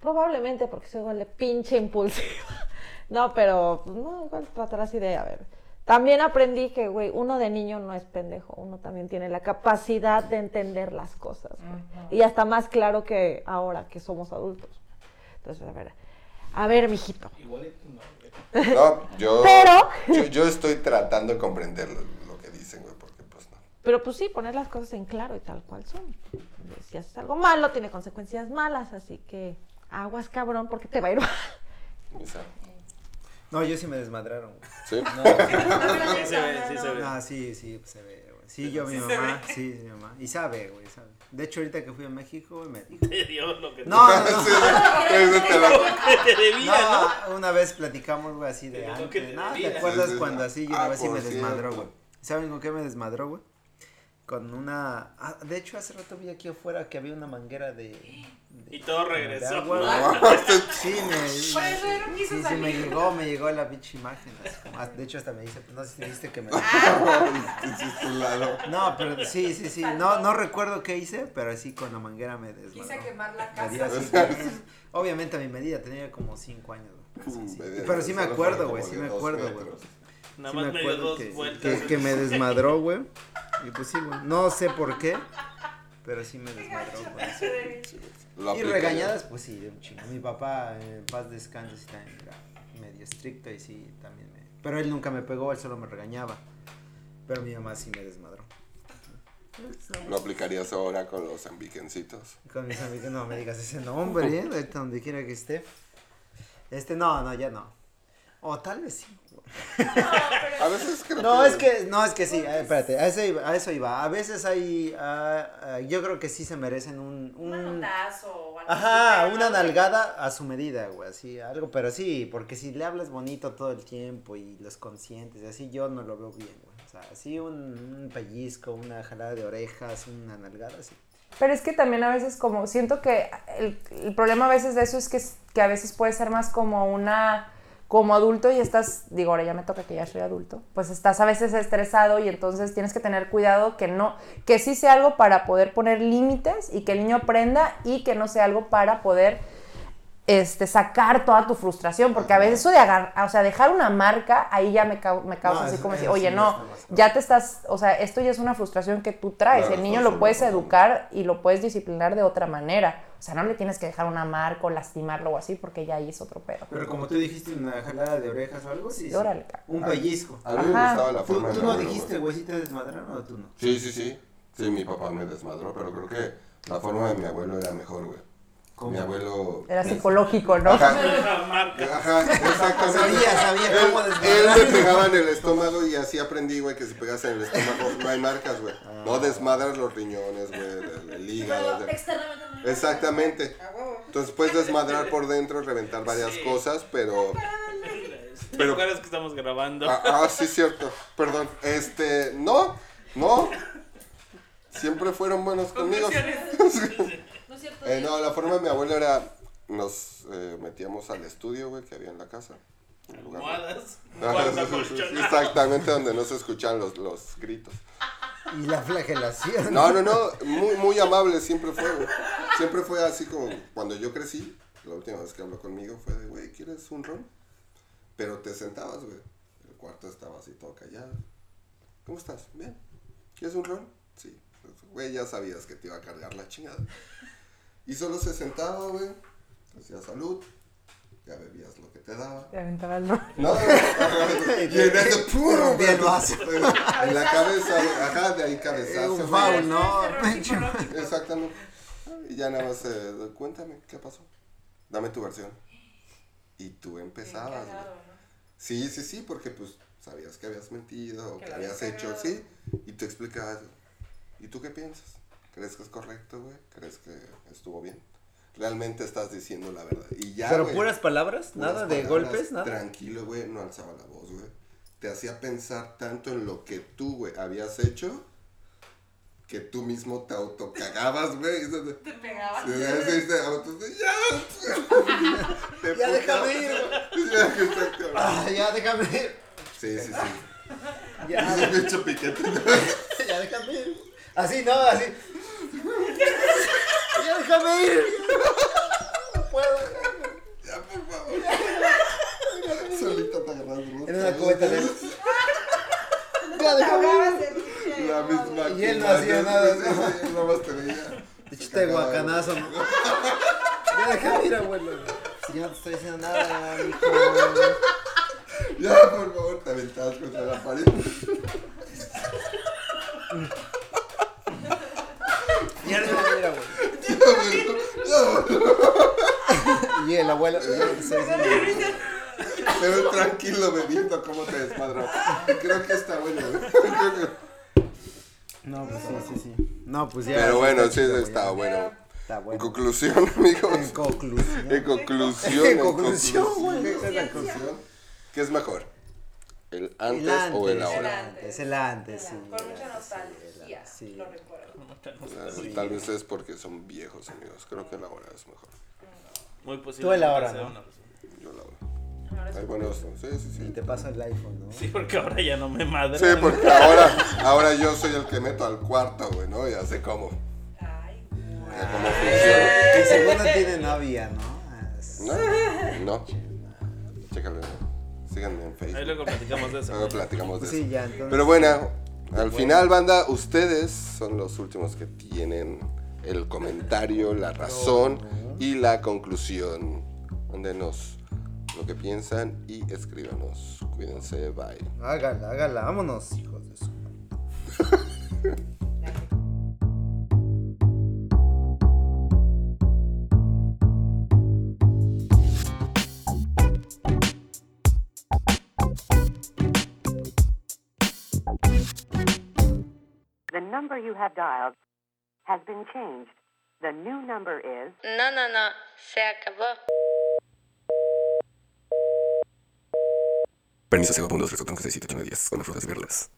Probablemente porque soy igual de pinche impulsiva. No, pero pues, no, igual tratar así de, a ver. También aprendí que, güey, uno de niño no es pendejo, uno también tiene la capacidad de entender las cosas. güey. Y hasta más claro que ahora que somos adultos. Entonces, a ver, a ver, mijito.
No, yo.
Pero-
Yo, yo estoy tratando de comprender lo, lo que dicen, güey, porque pues no.
Pero pues sí, poner las cosas en claro y tal cual son. Si haces algo malo, tiene consecuencias malas, así que aguas cabrón porque te va a ir mal.
Misa.
No, yo sí me desmadraron. güey.
¿Sí?
No, sí,
Sí se ve, sí se ve.
no, sí, sí, pues, se ve, güey. Sí, yo, mi
Sí se
mamá,
ve.
sí, mi mamá. Y sabe, güey, sabe. De hecho, ahorita que fui a México, güey, me dijo.
Te dio lo que
No, no, no.
Sí, eso te lo-
te debía, ¿no?
No, una vez platicamos, güey, así de
Pero no que
antes.
te
¿no? ¿Te
debías.
acuerdas
Sí, sí,
cuando
sí.
así yo una
Ah,
vez sí
por
me
cierto.
desmadró, güey? ¿Saben con qué me desmadró, güey?
con una... ah, de hecho, hace rato vi aquí afuera que había una manguera de... de-
Y todo regresó.
de agua.
No, esto es
Sí, me,
Por eso yo no
sí,
quise
sí,
salir.
me llegó, me llegó la pinche imagen. así como- ah, de hecho, hasta me dice, no sé si viste que me...
es un lado.
No, pero sí, sí, sí. No, no recuerdo qué hice, pero así con la manguera me desmadró.
Quise quemar la
Me dio
casa.
así como- Obviamente a mi medida tenía como 5 años. güey.
Uh,
Sí, sí. Pero sí me acuerdo, güey, sí me acuerdo, güey.
Nada
Sí
más me dio
acuerdo
dos
que,
vueltas.
que- que me desmadró, güey. Y pues sí, güey. No sé por qué, pero sí me desmadró, güey.
Lo
Y
apliqué.
regañadas, pues sí, de un chingo. Mi papá, en paz descanse, sí también era medio estricto y sí, también me... Pero él nunca me pegó, él solo me regañaba. Pero mi mamá sí me desmadró.
¿Lo aplicarías ahora con los ambiquencitos?
Con mis amigos, no me digas ese nombre, ¿eh? Ahorita donde quiera que esté. Este, no, no, ya no. O tal vez sí.
A veces creo
No, es que, no, es que sí, eh, espérate, a eso iba. A, eso iba. a veces hay, ah, ah, yo creo que sí se merecen un...
Un
un
manotazo o algo así,
ajá,
pero
una
no, güey.
nalgada a su medida, güey, así, algo, pero sí, porque si le hablas bonito todo el tiempo y los conscientes, y así yo no lo veo bien, güey. O sea, así un, un pellizco, una jalada de orejas, una nalgada, así.
Pero es que también a veces como, siento que el, el problema a veces de eso es que, es- que a veces puede ser más como una, como adulto y estás, digo, ahora ya me toca que ya soy adulto, pues estás a veces estresado y entonces tienes que tener cuidado que no, que sí sea algo para poder poner límites y que el niño aprenda y que no sea algo para poder este, sacar toda tu frustración, porque a veces eso de agar- o sea, dejar una marca, ahí ya me, cau- me causa
No,
así
eso-
como decir,
eso sí
oye,
ya
no,
está más cabrón".
ya te estás, o sea, esto ya es una frustración que tú traes,
Claro,
el
eso
niño
sí
lo
me
puedes
pasa a mí.
educar y lo puedes disciplinar de otra manera, o sea, no le tienes que dejar una marca o lastimarlo o así, porque ya ahí es otro pedo.
Pero como tú dijiste, una jalada de orejas o algo, sí. sí.
Órale, cabrón.
Un pellizco.
Ah,
A mí me
Ajá.
gustaba la
Tú,
forma en
tú
la
no
que lo-
dijiste, güey, si te desmadraron o tú no.
Sí, sí, sí. Sí, mi papá me desmadró, pero creo que la forma de mi abuelo era mejor, güey.
¿Cómo?
Mi abuelo...
Era psicológico, ¿no?
Ajá,
La marca.
ajá, exactamente.
Sabía, sabía cómo
Él-
desmadrar.
Él me pegaba en el estómago y así aprendí, güey, que si pegas en el estómago no hay marcas, güey. No desmadras los riñones, güey, el, el hígado.
Pero
de-
externamente no me-
Exactamente.
A huevo.
Entonces puedes desmadrar por dentro, reventar varias
Sí.
cosas, pero...
Ah,
¿Te
Pero-
acuerdas que estamos grabando?
Ah, ah, sí, cierto. Perdón. Este, no, no. Siempre fueron buenos conmigo.
No es cierto.
Eh,
sí.
no, la forma de mi abuelo era, nos eh, metíamos al estudio, güey, que había en la casa. Un lugar-
Almohadas. un
Ah,
cuarto
sí, sí, sí,
acolchonado.
Exactamente donde no se escuchan los, los gritos.
Y la flagelación.
No, no, no, muy, muy amable siempre fue, güey. Siempre fue así como cuando yo crecí, la última vez que habló conmigo fue de, güey, ¿quieres un ron? Pero te sentabas, güey. El cuarto estaba así todo callado. ¿Cómo estás? ¿Bien? ¿Quieres un ron? Sí. Pues, Güey, ya sabías que te iba a cargar la chingada. Y solo se sentaba, güey. Hacía salud. Ya bebías lo que te daba.
Te aventaba el ron.
No, y en ese puro, güey.
Bien lo hace.
En la cabeza, güey. Ajá, de ahí
Eh,
cabezazo.
un
güey.
Este
foul, ¿no?
Terror psicológico.
Exactamente. Y ya nada más, eh, cuéntame, ¿qué pasó? Dame tu versión. Y tú empezabas. güey.
Cagado, ¿no?
Sí, sí, sí, porque pues sabías que habías mentido, o
Que
que
la
habías
habías
hecho,
cagado.
sí. Y tú explicabas, ¿y tú qué piensas? ¿Crees que es correcto, güey? ¿Crees que estuvo bien? Realmente estás diciendo la verdad. Y ya,
Ah,
Pero
güey,
puras palabras,
puras
nada de
palabras,
golpes, nada.
Tranquilo, güey, no alzaba la voz, güey. Te hacía pensar tanto en lo que tú, güey, habías hecho que tú mismo te autocagabas, güey. Y se-
Te pegaba.
Sí, sí, sí, sí, entonces, ya. Te
Ya
puta-
déjame ir, güey.
Ya, que está cabrón.
Ah, ya déjame ir.
Sí, sí,
Ah.
sí.
Ya,
Ese pinche piquete.
ya déjame ir. Así, no, así. Ya déjame ir. No puedo.
Ya, por favor. Solita te agarras
En una cubeta de. Ya
Te
déjame ir.
ahogabas de pinche-
La misma.
Y él no hacía nada, ¿no?
Él nada más te veía.
De hecho, este guacanazo, ¿no? Ya déjame ir, abuelo. Si yo no te estoy diciendo nada, hijo.
Ya, por favor, te aventabas contra la pared.
Ya déjame ir, abuelo.
Ya, bueno, ya, bueno.
Y el abuelo. ya no te estoy diciendo nada.
Pero tranquilo, bebiendo cómo te desmadró. Creo que está bueno. ¿eh? güey. Creo que-
No, pues sí, sí, sí. No, pues ya.
Pero bueno, sí,
chido, güey,
está
ya.
bueno.
Está
En
bueno.
conclusión, amigos.
En conclusión.
En conclusión.
En conclusión, güey.
¿Qué es mejor? El antes, o el ahora.
Es el antes, sí.
Con mucha nostalgia,
Sí.
lo recuerdo.
Eh, Tal vez es porque son viejos amigos. Creo que el ahora es mejor.
Muy posible.
Tú el ahora,
sea
¿no?
una razón.
Yo la ahora. Hay buenos. Sí, sí,
Y
sí.
te paso el iPhone, ¿no?
Sí, porque ahora ya no me madre.
Sí, porque ahora, ahora yo soy el que meto al cuarto, güey, ¿no? Ya sé cómo.
Ay,
Ya cómo funciona.
Que según no tiene novia, ¿no? Ah, es-
No. No. Chécale. Síganme en
Ahí
Facebook.
luego platicamos de
Luego
eso.
platicamos de eso.
Sí, ya, entonces.
Pero bueno, al final, banda, ustedes son los últimos que tienen el comentario, la razón y la conclusión. Mándenos lo que piensan y escríbanos. Cuídense, bye.
Hágala, hágala, vámonos, hijos de su.
The number you have dialed has been changed. The new number is
No, no, no, se acabó.
Permiso, 0.3, con frutas y verlas.